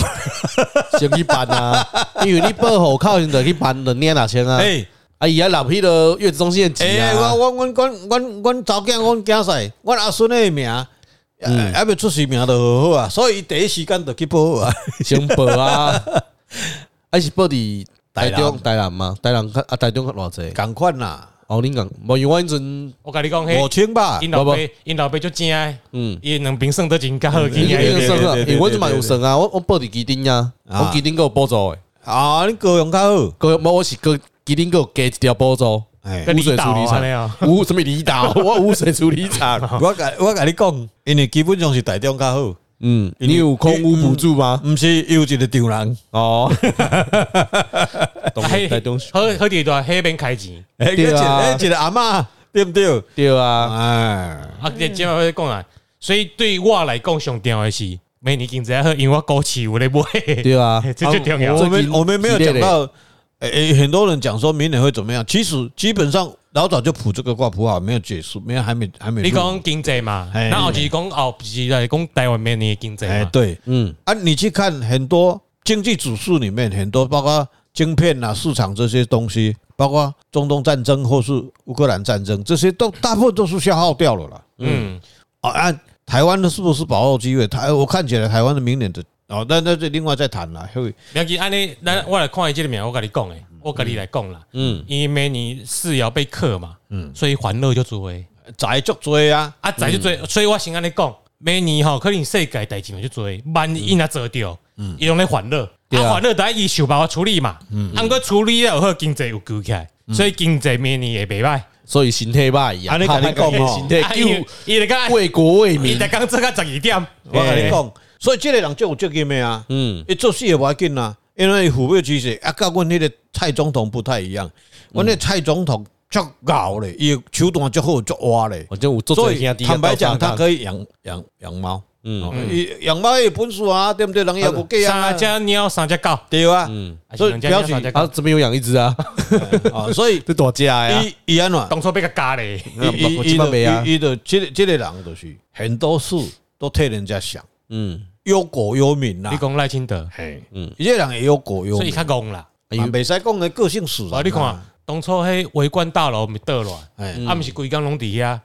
Speaker 1: 先去办啊， <laughs> 因为你报户口，你得去办两年六千啊，
Speaker 3: 哎
Speaker 1: 啊，伊还老批的月子中心的钱
Speaker 3: 哎，
Speaker 1: 啊，
Speaker 3: 我我我阮阮阮查某囝，阮囝婿，阮阿孙诶名，啊还未出世名就好好啊，所以伊第一时间就去报好啊。
Speaker 1: 先报 <laughs> 啊，还是报伫台
Speaker 3: 台
Speaker 1: 中
Speaker 3: 南
Speaker 1: 台南嘛，台南较啊台中较偌济，
Speaker 3: 共款啦，
Speaker 1: 哦，恁讲，无因为我迄阵，
Speaker 2: 我甲你讲，
Speaker 3: 五
Speaker 2: 迄
Speaker 3: 千吧。
Speaker 2: 因老
Speaker 1: 不
Speaker 2: 爸
Speaker 1: 不
Speaker 2: 因老爸就真的，
Speaker 1: 嗯。
Speaker 2: 伊两边算得真较好，
Speaker 1: 你
Speaker 2: 今
Speaker 1: 你
Speaker 3: 对
Speaker 1: 有
Speaker 3: 对
Speaker 2: 年
Speaker 1: 算啊？
Speaker 3: 对对对
Speaker 1: 诶，我即嘛有算啊，我我报伫基丁啊，
Speaker 3: 啊
Speaker 1: 我基丁还有补助诶，
Speaker 3: 啊，你高雄较好，
Speaker 1: 个无我是个基丁还有加一条补助，
Speaker 3: 哎，
Speaker 2: 跟
Speaker 1: 污水
Speaker 2: 你
Speaker 1: 处
Speaker 2: 倒
Speaker 1: 理
Speaker 2: 啊那样
Speaker 1: <laughs> 厂，污什么离岛，我污水处理厂，
Speaker 3: 我甲我甲你讲，因为基本上是台中较好，
Speaker 1: 嗯，你有空污补助吗？
Speaker 3: 毋是有一个丈人，
Speaker 1: 哦，懂
Speaker 2: 啊嘿
Speaker 1: 台中
Speaker 2: 好好地段迄边开钱，
Speaker 3: 哎，一
Speaker 1: 对
Speaker 3: 个
Speaker 1: 啊
Speaker 3: 哎一个阿嬷对毋对？
Speaker 1: 对啊，
Speaker 3: 哎，
Speaker 2: 啊，即即嘛会讲啊，所以对我来讲上重要的是每年经济较好，因为我股市有咧买，
Speaker 1: 对啊，
Speaker 2: 这就重要
Speaker 1: 啊
Speaker 3: 我们
Speaker 1: 这
Speaker 3: 我们没有
Speaker 1: 系列
Speaker 3: 讲
Speaker 1: 的
Speaker 3: 到，哎，哎很多人讲说明年会怎么样，其实基本上老早就谱这个卦谱好，没有解释，没有还没还没入。
Speaker 2: 你讲经济嘛，
Speaker 3: 嘿
Speaker 2: 然后就是讲哦，不是来讲台湾面的经济
Speaker 3: 哎，
Speaker 2: 嘛，
Speaker 3: 对
Speaker 1: 嗯，
Speaker 3: 啊，你去看很多经济指数里面，很多包括晶片啊、市场这些东西，包括中东战争或是乌克兰战争，这些都大部分都是消耗掉了啦。
Speaker 2: 嗯，
Speaker 3: 啊啊，台湾的是不是把握机会？台我看起来台湾的明年的哦，那那这另外再谈啦。会
Speaker 2: 不要紧，安尼，咱我来看伊即个名，我甲你讲诶，我甲你来讲啦，
Speaker 1: 嗯，
Speaker 2: 因为每年四爻被克嘛，
Speaker 3: 嗯
Speaker 2: 所以欢乐就做诶，
Speaker 3: 宅足多啊，
Speaker 2: 啊，在就做，所以我先安尼讲，每年吼，可能世界代志就做，万一若做着，
Speaker 3: 嗯
Speaker 2: 伊拢咧欢乐，
Speaker 1: 对啊
Speaker 2: 啊，欢乐等伊想办法处理嘛，啊，毋过处理了后经济有救起来，
Speaker 3: 嗯
Speaker 2: 所以经济明年会袂歹，
Speaker 1: 所以身体歹一样，
Speaker 3: 啊你跟你讲哦
Speaker 1: 身体
Speaker 2: 啊
Speaker 1: 救
Speaker 2: 伊伊来讲，
Speaker 1: 为国为
Speaker 2: 伊
Speaker 1: 民
Speaker 2: 来，讲做到十二点，
Speaker 3: 我跟你讲，所以这个人就有责任的啊。
Speaker 1: 嗯，
Speaker 3: 伊做事也无要紧啦，因为虎尾其实啊，甲阮迄个蔡总统不太一样，阮迄蔡总统足牛咧，伊的手段足好足活咧。
Speaker 1: 反正我做
Speaker 3: 所
Speaker 1: 做
Speaker 3: 以
Speaker 1: 兄弟，
Speaker 3: 坦白讲，他可以养养养猫，
Speaker 1: 嗯
Speaker 3: 哦伊养猫也有本事啊，对不对？人也无计啊
Speaker 2: 三，只猫，三只狗，
Speaker 3: 对啊，
Speaker 1: 嗯，
Speaker 2: 还是
Speaker 3: 所以
Speaker 2: 两只猫
Speaker 3: 表
Speaker 2: 三
Speaker 3: 示
Speaker 2: 只狗
Speaker 1: 啊，这边有养一只啊，
Speaker 3: 啊，所以
Speaker 1: 这大只哎呀，
Speaker 3: 伊伊安怎样？
Speaker 2: 当初被他加嘞，
Speaker 3: 伊伊
Speaker 1: 我
Speaker 3: 伊
Speaker 1: 现在
Speaker 3: 就
Speaker 1: 没啊
Speaker 3: 伊伊就这个这个人就是很多事都替人家想，
Speaker 1: 嗯，
Speaker 3: 忧国忧民啦
Speaker 2: 你。讲赖清德，
Speaker 3: 嘿，
Speaker 1: 嗯
Speaker 3: 嗯，啊伊这个人会忧国忧
Speaker 2: 所以
Speaker 3: 民，
Speaker 2: 他戆啦。
Speaker 1: 哎呦
Speaker 3: 嘛啊袂使讲个个性使
Speaker 2: 啊，
Speaker 3: 然。
Speaker 2: 你看，，当初迄围观大楼咪倒落来，
Speaker 3: 哎
Speaker 2: 啊，毋是规工拢伫遐，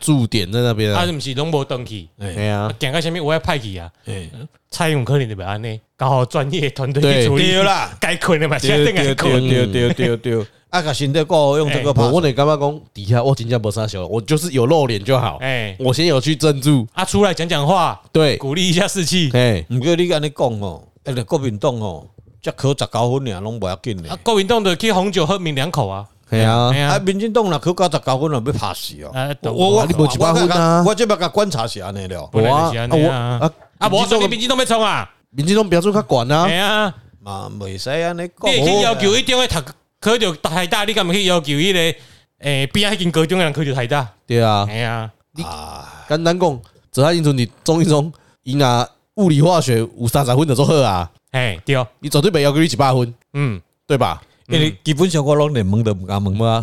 Speaker 1: 驻点在那边
Speaker 2: 啊，
Speaker 1: 啊，
Speaker 2: 毋是拢无登去，
Speaker 1: 哎
Speaker 3: 哎
Speaker 1: 呀
Speaker 2: 啊，，行到啥物我要派去啊。
Speaker 3: 哎，
Speaker 2: 蔡英文可能就袂安尼，搞好专业团队
Speaker 1: 对
Speaker 2: 去处理
Speaker 3: 对啦，
Speaker 2: 该困的嘛，现在
Speaker 3: 对
Speaker 2: 定该
Speaker 3: 对
Speaker 2: 困。
Speaker 3: 对对对对，啊，甲身体顾好用这个拍
Speaker 1: 我。我得干嘛讲底下我真正没啥小，我就是有露脸就好，
Speaker 2: 哎，
Speaker 1: 我先有去镇住，
Speaker 2: 啊，出来讲讲话，
Speaker 1: 对，
Speaker 2: 鼓励一下士气。
Speaker 1: 哎，
Speaker 3: 毋过你安尼讲哦，迄个国民党哦，才考十九分尔，拢袂要紧
Speaker 2: 啊
Speaker 3: 咧。，
Speaker 2: 国民党就去红酒喝抿两口啊。
Speaker 1: 哎呀
Speaker 2: 哎，
Speaker 3: 啊，
Speaker 2: 呀，
Speaker 3: 民进党若考到十九分，若要拍死哦。
Speaker 2: 啊，
Speaker 3: 我
Speaker 2: 我
Speaker 3: 我
Speaker 1: 啊你无一百分啊
Speaker 3: 我我即摆甲观察是安尼了，
Speaker 2: 本
Speaker 1: 我
Speaker 2: 来
Speaker 1: 啊
Speaker 2: 就
Speaker 1: 啊
Speaker 2: 是安尼
Speaker 1: 我
Speaker 2: 啊
Speaker 1: 啊
Speaker 2: 啊，无说你民进党要冲啊，
Speaker 1: 民进党标准较悬啊
Speaker 2: 哎，呀，
Speaker 3: 嘛袂使安尼
Speaker 2: 你
Speaker 3: 讲。
Speaker 2: 会去要求一定要读考着台大，你敢毋去要求迄个诶边仔迄间高中的人考着台大？
Speaker 1: 对啊，
Speaker 2: 哎呀，哎
Speaker 3: 啊，
Speaker 1: 简单讲，只要英阵你中一中，伊若物理化学有三十分就做好啊，
Speaker 2: 哎，对哦，
Speaker 1: 你绝对袂要给你一百分，
Speaker 2: 嗯，
Speaker 1: 对吧？
Speaker 3: 因为基本上我拢连问都毋敢问
Speaker 1: 有。啊，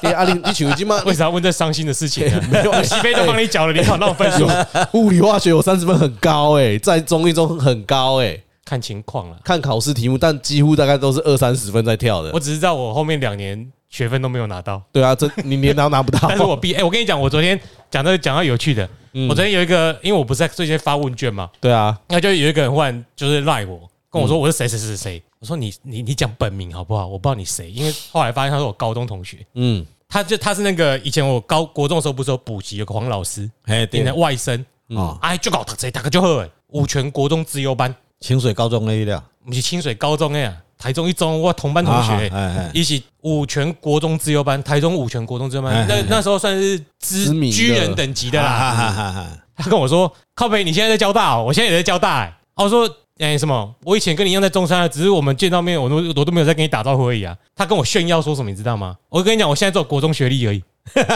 Speaker 1: 对啊，你你像伊即马
Speaker 2: 为啥问这伤心的事情呢？
Speaker 1: 没有
Speaker 2: <laughs> 我西贝都帮你缴了，你好那我分数。
Speaker 1: 欸物理化学有三十分很高哎、在中一中很高哎、
Speaker 2: 看情况了。
Speaker 1: <laughs> 看考试题目，但几乎大概都是二三十分在跳的
Speaker 2: 我。只是知道我后面两年学分都没有拿到，
Speaker 1: 对啊，这你连拿都拿不到。
Speaker 2: <laughs> 但是我毕哎、我跟你讲，我昨天讲到讲到有趣的，
Speaker 1: 嗯
Speaker 2: 我昨天有一个，因为我不是在最近发问卷嘛，
Speaker 1: 对啊，
Speaker 2: 那就有一个人忽然就是赖我，跟我说我是谁谁谁谁，我说你你你讲本名好不好？我不知道你谁，因为后来发现他是我高中同学，
Speaker 1: 嗯，
Speaker 2: 他就他是那个以前我高国中的时候不是有补习有个黄老师，
Speaker 3: 哎，
Speaker 2: 你
Speaker 3: 对
Speaker 2: 的外甥，
Speaker 3: 啊，
Speaker 2: 哎就搞读册，大家就好诶，五全国中资优班，
Speaker 3: 清水高中那一料，
Speaker 2: 不是清水高中诶，台中一中我同班同学的
Speaker 3: 啊哎哎
Speaker 2: 一起五全国中自由班，台中五全国中自由班
Speaker 3: 哎，
Speaker 2: 那那时候算是
Speaker 1: 知
Speaker 2: 知
Speaker 1: 名的
Speaker 2: 居人等级的
Speaker 3: 啊哈哈
Speaker 2: 啦。
Speaker 3: 哈哈，
Speaker 2: 他跟我说：“靠北，你现在在交大、哦，我现在也在交大、欸。”哦，我说：“哎、什么？我以前跟你一样在中山啊，只是我们见到面，我都我都没有在跟你打招呼而已啊。”他跟我炫耀说什么，你知道吗？我跟你讲，我现在只有国中学历而已。
Speaker 1: 嗯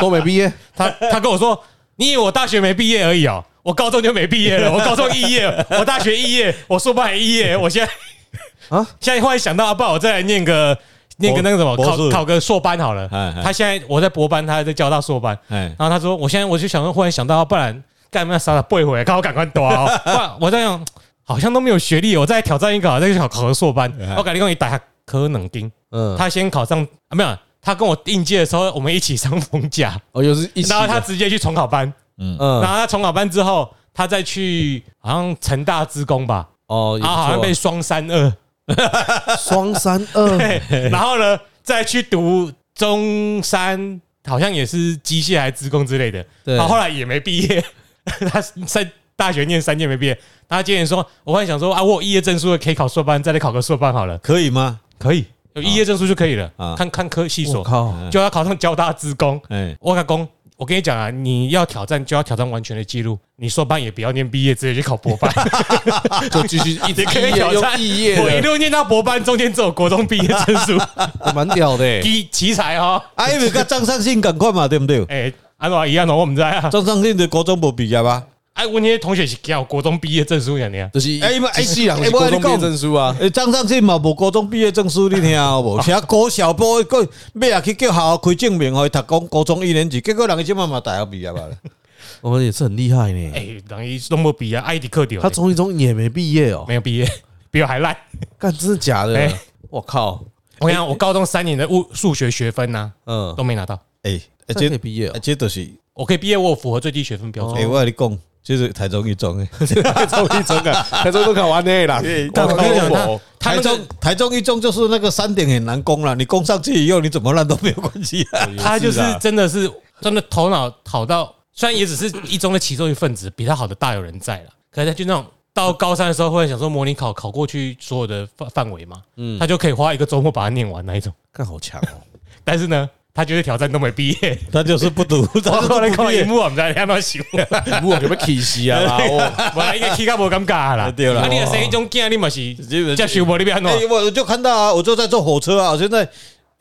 Speaker 1: 都没毕业，
Speaker 2: 他他跟我说：“ <laughs> 你以为我大学没毕业而已哦，我高中就没毕业了，我高中肄业，我大学肄业，我硕班还肄业，我现在。”
Speaker 1: 啊，
Speaker 2: <laughs> 现在忽然想到，啊，不然我再来念个念个那个什么，
Speaker 3: 博
Speaker 2: 考
Speaker 3: 士
Speaker 2: 考个硕班好了
Speaker 3: 哎。哎
Speaker 2: 他现在我在博班，他还在交大硕班。
Speaker 3: 哎，
Speaker 2: 然后他说，我现在我就想说，忽然想到，不然干嘛傻傻背回来，看我赶快躲啊！不然我在想，好像都没有学历，我再挑战一个，好，再去考考个硕班。
Speaker 3: 哎
Speaker 2: 我赶紧跟你打下科能丁，
Speaker 1: 嗯，
Speaker 2: 他先考上啊，没有。他跟我应届的时候，我们一起上逢甲，
Speaker 1: 哦，又是一起的，
Speaker 2: 然后他直接去重考班，然
Speaker 1: 嗯，
Speaker 2: 后他重考班之后，他再去好像成大职工吧，
Speaker 1: 哦，也
Speaker 2: 然后啊好像
Speaker 1: 不
Speaker 2: 被
Speaker 1: 错
Speaker 2: 双
Speaker 1: <laughs>
Speaker 2: 三二，
Speaker 1: 啊双三
Speaker 2: <laughs>
Speaker 1: 二，
Speaker 2: 对，然后呢，再去读中山，好像也是机械还是职工之类的。
Speaker 1: 对
Speaker 2: 然后后来也没毕业， <laughs> 他在大学念三年没毕业。他今年说，我还想说啊，我有毕业证书了，可以考硕班，再来考个硕班好了，
Speaker 3: 可以吗？
Speaker 2: 可以有毕业证书就可以了。
Speaker 3: 啊
Speaker 2: 看看科系
Speaker 1: 我
Speaker 2: 所，
Speaker 1: 靠，
Speaker 3: 嗯
Speaker 2: 就要考上交大职工。
Speaker 3: 哎，
Speaker 2: 我跟他讲，我跟你讲啊，你要挑战就要挑战完全的记录，你硕班也不要念毕业，直接去考博 <laughs> 班。
Speaker 1: 就继续一直
Speaker 2: 你可
Speaker 1: 毕业
Speaker 2: 以挑
Speaker 1: 又
Speaker 2: 战
Speaker 1: 毕业
Speaker 2: 我一
Speaker 1: 了，
Speaker 2: 路念到博班，中间只有国中毕业证 <laughs> 书，
Speaker 1: 蛮屌的
Speaker 2: <laughs>
Speaker 1: 欸，
Speaker 2: 奇奇才哦。哎
Speaker 3: 啊，因为跟张尚信赶快嘛，对不对？
Speaker 2: 诶，安怎一样咯，我毋知啊。
Speaker 3: 张尚信的高中无毕业啊吧？
Speaker 2: 哎，阮迄同学是交国中毕业证书尔尔，
Speaker 1: 就是
Speaker 3: 哎嘛哎
Speaker 1: 一系人
Speaker 3: 哎
Speaker 1: 是
Speaker 3: 我
Speaker 1: 高
Speaker 3: 跟
Speaker 1: 中
Speaker 3: 你
Speaker 1: 毕业
Speaker 3: 讲
Speaker 1: 证书啊，
Speaker 3: 诶，张尚信嘛无高中毕业证书，你听有无？写高小部个尾啊去叫校开证明，互伊读讲高中一年级，结果人家即满嘛大学毕业啊吧？
Speaker 1: 我哦们也是很厉害呢。
Speaker 2: 诶，人伊拢无毕业，啊爱迪克掉
Speaker 1: 他，中一中也没毕业哦，
Speaker 2: 没有毕业， <laughs> 比我还烂。
Speaker 1: 干真的假的
Speaker 2: 哎？
Speaker 1: 我靠，
Speaker 2: 我跟你讲，我高中三年的物数学学分呐
Speaker 1: 嗯，
Speaker 2: 都没拿到，
Speaker 3: 诶，而
Speaker 1: 这可以
Speaker 3: 且
Speaker 1: 毕业哦
Speaker 3: 而，且就是，
Speaker 2: 我可以毕业，我有符合最低学分标
Speaker 3: 诶，
Speaker 2: 准。
Speaker 3: 我跟你讲，这是台中一中诶，
Speaker 1: 中一中 <laughs> 啊，台中都考完的啦。
Speaker 2: 但我跟你讲，他他
Speaker 3: 台
Speaker 2: 那
Speaker 3: 中
Speaker 2: 个
Speaker 3: 台中一中就是那个山顶很难攻了，你攻上去以后，你怎么烂都没有关系啊。
Speaker 2: 他就是真的是真的头脑好到，虽然也只是一中的其中一份子，比他好的大有人在了，可是他就那种。到高三的时候，会想说模拟考考过去所有的范范围嘛，
Speaker 3: 嗯
Speaker 2: 他就可以花一个周末把它念完那一种。
Speaker 1: 看好强哦，
Speaker 2: 但是呢，他就是挑战都没毕业，
Speaker 3: <laughs> 他就是 <laughs> 不读，他
Speaker 2: 我
Speaker 3: 就是
Speaker 2: 可能
Speaker 3: 不
Speaker 2: 看
Speaker 3: 毕
Speaker 2: 荧
Speaker 3: 业。
Speaker 2: 幕，我唔知你有冇
Speaker 3: <laughs>
Speaker 2: 笑。
Speaker 1: 我有没有气死 <laughs> 啊啦？哦，
Speaker 2: 我应该起较无感觉啦。
Speaker 3: 哎对啦
Speaker 2: 啊，你若生迄种囝，你嘛是
Speaker 3: 本
Speaker 2: 接受无你要安怎？
Speaker 3: 哎，我我就看到啊，我就在坐火车啊，我现在。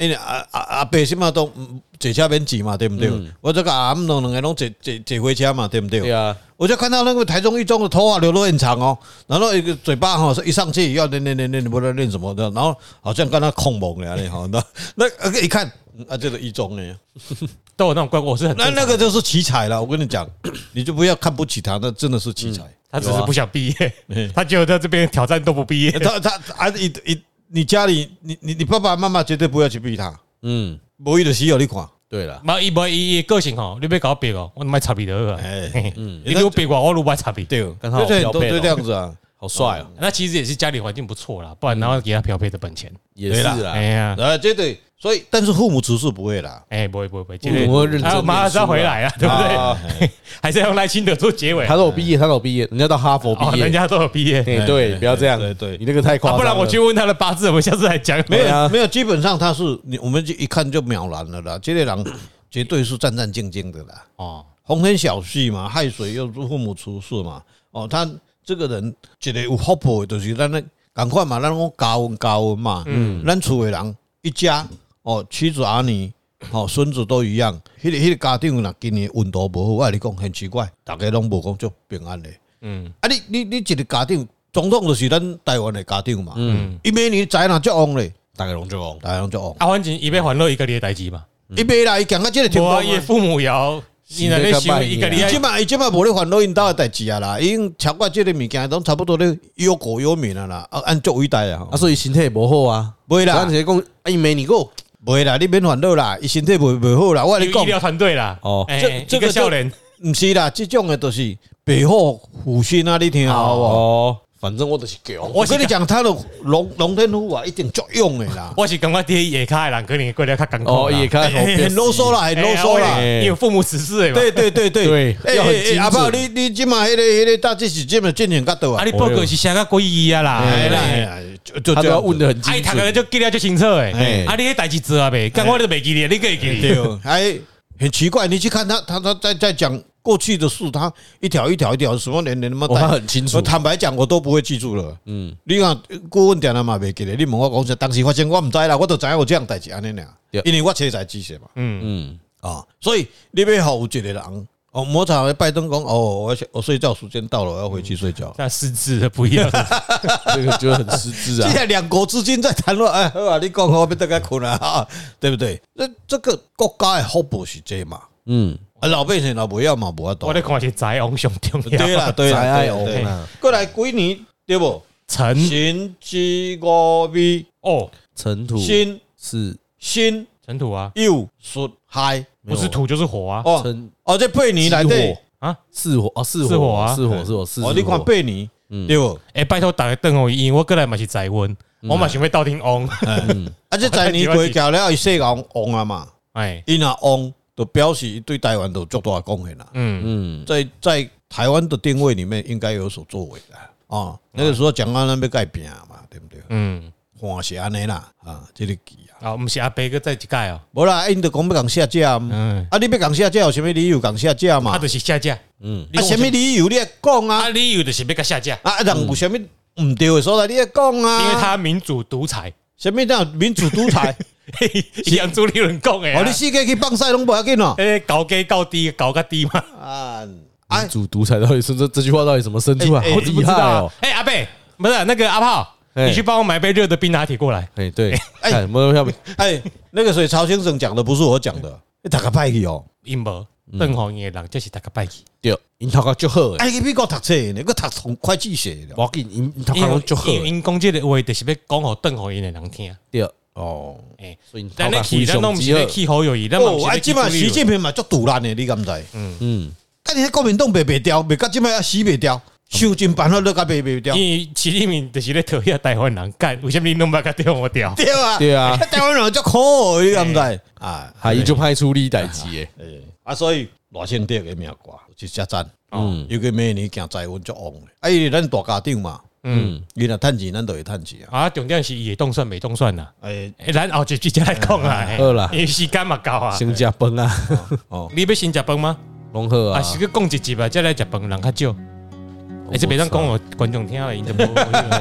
Speaker 3: 哎，啊啊啊！北什嘛都嗯坐车免挤嘛，对不对？我这个阿姆两两个拢坐坐坐回家嘛，对不对？
Speaker 1: 对啊，
Speaker 3: 我就看到那个台中一中的头发留得很长哦，然后一个嘴巴哈、说一上去要练练练练，不知道练什么的，然后好像跟他控蒙了哈， <laughs> 那那一看嗯啊，这个一中呢，
Speaker 2: 都有那种怪，我是很
Speaker 3: 那
Speaker 2: 正常
Speaker 3: 那个就是奇才了。我跟你讲，你就不要看不起他，那真的是奇才。
Speaker 2: 他只是不想毕业
Speaker 3: 嗯，
Speaker 2: 他就在这边挑战都不毕业。
Speaker 3: 他他啊，一一你家里你你你爸爸妈妈绝对不要去逼他，
Speaker 1: 嗯，
Speaker 3: 无伊的死有你看，
Speaker 1: 对了，
Speaker 2: 嘛，伊无伊伊个性吼，你别搞别哦，我卖插你的啊。
Speaker 3: 哎，
Speaker 2: 你如果别我，我如卖插你。
Speaker 3: 对，
Speaker 1: 刚好
Speaker 3: 对对，
Speaker 1: 标
Speaker 3: 都
Speaker 1: 配
Speaker 3: 都
Speaker 1: 了
Speaker 3: 这样子啊，
Speaker 1: 好帅哦，
Speaker 2: 那其实也是家里环境不错啦，不然然后给他漂配的本钱。
Speaker 1: 也是
Speaker 3: 对
Speaker 1: 啦
Speaker 2: 哎。呀，
Speaker 3: 啊，这对，所以但是父母处事不会啦，
Speaker 2: 哎，不会不会不会，这
Speaker 1: 我
Speaker 2: 个
Speaker 1: 会认真
Speaker 2: 还有马
Speaker 1: 念
Speaker 2: 上
Speaker 1: 书
Speaker 2: 要回来啊，对不对？
Speaker 3: 啊，
Speaker 2: <laughs> 还是要用赖清德做结尾啊
Speaker 1: 他。都有毕业，他都有毕业，人家到哈佛
Speaker 2: 哦，
Speaker 1: 毕
Speaker 2: 人
Speaker 1: 业。
Speaker 2: 家都有毕业，
Speaker 1: 哎，对，不要这样，
Speaker 3: 对对
Speaker 1: 你那个太夸张
Speaker 2: 啊不
Speaker 1: 了。
Speaker 2: 然我去问他的八字，我们下次来讲。
Speaker 3: 没
Speaker 1: 对啊
Speaker 3: 有没有，基本上他是你，我们就一看就秒然了啦。这类人绝对是战战兢兢的啦，
Speaker 2: 哦，
Speaker 3: 红尘小事嘛，害水又是父母出事嘛。哦，他这个人一个有福报的，就是咱那赶快嘛，咱讲高温高温嘛，嗯，咱厝的人一家哦，妻子儿女。哦，孙子都一样，迄、个迄、个家长若今年运道无好，我跟你讲很奇怪，大家拢无讲足平安的。
Speaker 2: 嗯
Speaker 3: 啊你，你你一个家长，总统就是咱台湾的家长嘛，
Speaker 2: 嗯。
Speaker 3: 伊每年财若足旺咧，
Speaker 1: 大概龙就哦，
Speaker 3: 大家拢足旺。
Speaker 2: 啊，反正伊要烦恼伊家己的代志嘛。
Speaker 3: 伊袂啦，伊行到即个程
Speaker 2: 我
Speaker 3: 度
Speaker 2: 啊伊的
Speaker 3: 嘛，
Speaker 2: 父母也要你若咧想伊家己
Speaker 1: 你
Speaker 3: 伊
Speaker 2: 爱
Speaker 3: 即摆伊即摆哎无咧烦恼因兜诶代志啊啦，已经超过即个物件，拢差不多咧忧国忧民啊啦，啊按足伟大啊
Speaker 1: 啊，，所以身体也无好啊。
Speaker 3: 袂啦
Speaker 1: 咱直接讲，哎，没你过
Speaker 3: 袂啦，你免烦恼啦，伊身体袂袂好啦，我
Speaker 2: 有
Speaker 3: 甲你
Speaker 2: 医疗
Speaker 3: 讲，
Speaker 2: 团队啦。
Speaker 1: 哦
Speaker 2: 哎
Speaker 3: 这这
Speaker 2: 一个
Speaker 3: 个就
Speaker 2: 笑脸，
Speaker 3: 毋是啦，即种诶都是背后虎心啊，你听好无？
Speaker 1: 哦，反正我就是强。
Speaker 3: 我跟你讲，他的龙龙天虎啊，一定作用诶
Speaker 2: <laughs>
Speaker 3: 啦，
Speaker 2: 我是感觉伫野卡的人可能过得较艰苦啦
Speaker 1: 哦，也
Speaker 2: <laughs>
Speaker 1: 开口
Speaker 3: 很啰嗦啦，很啰嗦啦。
Speaker 2: 哎哎我也因为父母指示的嘛。
Speaker 3: 对对对对，
Speaker 1: 对
Speaker 3: 哎
Speaker 1: 要很
Speaker 3: 哎
Speaker 1: 精
Speaker 3: 哎阿爸，
Speaker 1: 准
Speaker 3: 你你即马迄个迄个大致是即马进行较倒
Speaker 2: 啊，
Speaker 3: 啊？
Speaker 2: 你报告是写到诡异啊啦，
Speaker 3: 哎
Speaker 2: 哎
Speaker 3: 啦，哎
Speaker 2: 啦，
Speaker 3: 啦就就
Speaker 1: 他都
Speaker 3: 这
Speaker 1: 要
Speaker 3: 样
Speaker 1: 问
Speaker 3: 子。啊
Speaker 1: 的很
Speaker 2: 哎，
Speaker 1: 精
Speaker 2: 读个
Speaker 1: 准。
Speaker 2: 就记了就清楚诶
Speaker 1: 哎。
Speaker 2: 啊，你迄代志做啊袂，干我都袂记咧，你个会记得？
Speaker 3: 对， <laughs> 哎，很奇怪，你去看他，他他在在讲过去的事，他一条一条一条什么连连他妈
Speaker 1: 哦他
Speaker 3: 带
Speaker 1: 很清楚
Speaker 3: 我坦白讲，我都不会记住了。嗯，你看顾问点了嘛，袂记得。你问我讲啥，当时发生我唔知啦，我都知影有这样代志安尼俩
Speaker 1: 对，
Speaker 3: 因为我车载知识嘛。
Speaker 2: 嗯，
Speaker 1: 嗯，
Speaker 3: 啊，所以你要好有一个人。哦，摩擦的拜登讲哦，我我睡觉时间到了，我要回去睡
Speaker 1: 嗯
Speaker 3: 觉。
Speaker 2: 但失智的不一样。
Speaker 1: 这个就很失智
Speaker 3: <laughs>
Speaker 1: 啊
Speaker 3: 现。在两国之间在谈论，哎，好啊，你讲好，我要大概困啊，啊对不对？那这个国家的福报是这嘛，
Speaker 1: 嗯，
Speaker 3: 啊，老百姓老不要嘛，不要懂
Speaker 2: 我。咧看是宅翁上重要。
Speaker 3: 对
Speaker 2: <laughs>
Speaker 3: 啦，对啦，
Speaker 1: 宅爱
Speaker 3: 对啦
Speaker 1: 翁
Speaker 3: 对啦
Speaker 1: 啦，
Speaker 3: 过来几年对不？
Speaker 2: 陈
Speaker 3: 神之五味，
Speaker 2: 哦，
Speaker 1: 尘土
Speaker 3: 新
Speaker 1: 是
Speaker 3: 新
Speaker 2: 尘土啊，
Speaker 3: 又损害
Speaker 2: 不是土就是火啊。
Speaker 3: 哦
Speaker 1: 尘
Speaker 3: 哦，这八年来
Speaker 1: 激
Speaker 3: 对
Speaker 1: 活，
Speaker 2: 啊，
Speaker 1: 是火哦，是
Speaker 2: 是火
Speaker 1: 火
Speaker 2: 啊
Speaker 1: 是火，是火，是
Speaker 3: 哦，你看八年对不？
Speaker 2: 哎，拜托打个灯哦，因为我过来嘛是宅翁，
Speaker 3: 嗯
Speaker 2: 我嘛想要斗阵翁。
Speaker 3: 啊，这十年过去了，伊世界旺啊嘛，
Speaker 2: <laughs> 哎，
Speaker 3: 伊若旺，就表示伊对台湾都足大的贡献啦。
Speaker 2: 嗯，
Speaker 1: 嗯，
Speaker 3: 在在台湾的定位里面应该有所作为的啊、那个时候蒋安南被盖扁嘛，对不对？
Speaker 2: 嗯，
Speaker 3: 看是安尼啦，啊，这个记啊，
Speaker 2: 啊，毋是阿伯哥再一届哦。
Speaker 3: 无啦，因着讲要共下架嘛，
Speaker 2: 嗯，
Speaker 3: 啊，你要共下架有啥物理由共下架嘛？
Speaker 2: 啊，
Speaker 3: 啊，
Speaker 2: 就是下架。嗯，
Speaker 3: 啥物理由你也讲啊
Speaker 2: 啊，？理由就是要甲下架，
Speaker 3: 啊，人有啥物毋对的所在你也讲啊？
Speaker 2: 因为他民主独裁，
Speaker 3: 啥物叫民主独裁？
Speaker 2: 杨朱立伦讲诶。啊
Speaker 3: 哦，你世界去放屎拢无要紧哦。
Speaker 2: 诶，搞低搞低搞个低嘛，
Speaker 3: 啊，
Speaker 1: 民
Speaker 3: 哎，
Speaker 1: 主独裁到底是这这句话到底怎么生出来？
Speaker 3: 哎哎
Speaker 1: 好
Speaker 2: 我怎么
Speaker 1: 厉
Speaker 2: 知
Speaker 1: 害
Speaker 2: 道
Speaker 1: 哦
Speaker 2: 啊？！哎，阿贝，不是那个阿炮，
Speaker 1: 哎
Speaker 2: 你去帮我买杯热的冰拿铁过来。
Speaker 1: 哎，对，
Speaker 3: 哎
Speaker 1: 看有没有要不
Speaker 3: 哎，那个谁，曹先生讲的不是我讲的，你大个歹去哦。
Speaker 2: 因无
Speaker 1: 嗯
Speaker 2: 邓红英的人就是大家拜去，
Speaker 1: 对，因头壳足好诶，
Speaker 3: 哎，去美国读册呢，佮读从会计学的。
Speaker 1: 我紧因因头壳
Speaker 2: 因
Speaker 1: 拢
Speaker 2: 为
Speaker 1: 足好
Speaker 2: 因
Speaker 1: 的，
Speaker 2: 因讲这个话就是要讲互邓红英的人听。
Speaker 1: 对，啊
Speaker 3: 哦，
Speaker 2: 诶，
Speaker 1: 所以因头
Speaker 2: 咱
Speaker 1: 壳
Speaker 2: 咧去，
Speaker 1: 非
Speaker 2: 咱拢
Speaker 1: 常
Speaker 2: 毋
Speaker 1: 之
Speaker 2: 是
Speaker 1: 好
Speaker 2: 咧。去好友谊，咱嘛毋
Speaker 3: 哦，
Speaker 2: 是
Speaker 3: 啊，
Speaker 2: 咧去
Speaker 3: 即摆习
Speaker 2: 朱立
Speaker 3: 近平嘛足突然的，你敢毋知？啊，
Speaker 1: 嗯，
Speaker 3: 你迄国民党白白掉，白到即摆啊死白掉，想尽办法都甲白白掉
Speaker 2: 伦，因为习近平就是咧讨厌台湾人干，为什么你拢捌甲对我调？
Speaker 3: <laughs> 对啊，
Speaker 1: 对
Speaker 2: <laughs>
Speaker 1: 啊
Speaker 3: 台湾人足可爱，你敢毋
Speaker 1: 哎
Speaker 3: 知？啊，
Speaker 1: 海伊就派出你代志诶，
Speaker 3: 诶啊，所以赖清德的命挂就只赞，
Speaker 1: 嗯
Speaker 3: 尤其明年行财运足旺的，啊，因为咱大家长嘛，
Speaker 1: 嗯，
Speaker 3: 伊若趁钱，咱就会趁钱啊。哎
Speaker 2: 啊，重点是伊会动算没动算呐？
Speaker 3: 诶，
Speaker 2: 诶，咱后一集再来讲啊。嘿
Speaker 1: 好啦
Speaker 2: 因为时间嘛够啊。
Speaker 1: 先食饭啊，
Speaker 3: 哦，
Speaker 2: 你要先食饭吗？
Speaker 1: <laughs> 拢好
Speaker 2: 啊，
Speaker 1: 啊，
Speaker 2: 是去讲一集吧，再来食饭人较少。而且别当讲我观众听了，因就无。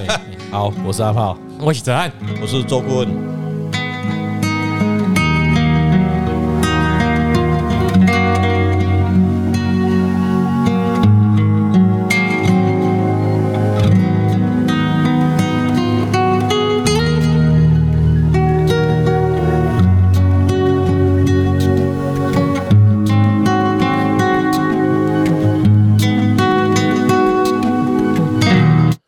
Speaker 1: <laughs> 好，我是阿炮。
Speaker 2: 我是泽安。
Speaker 3: 我是周顾问。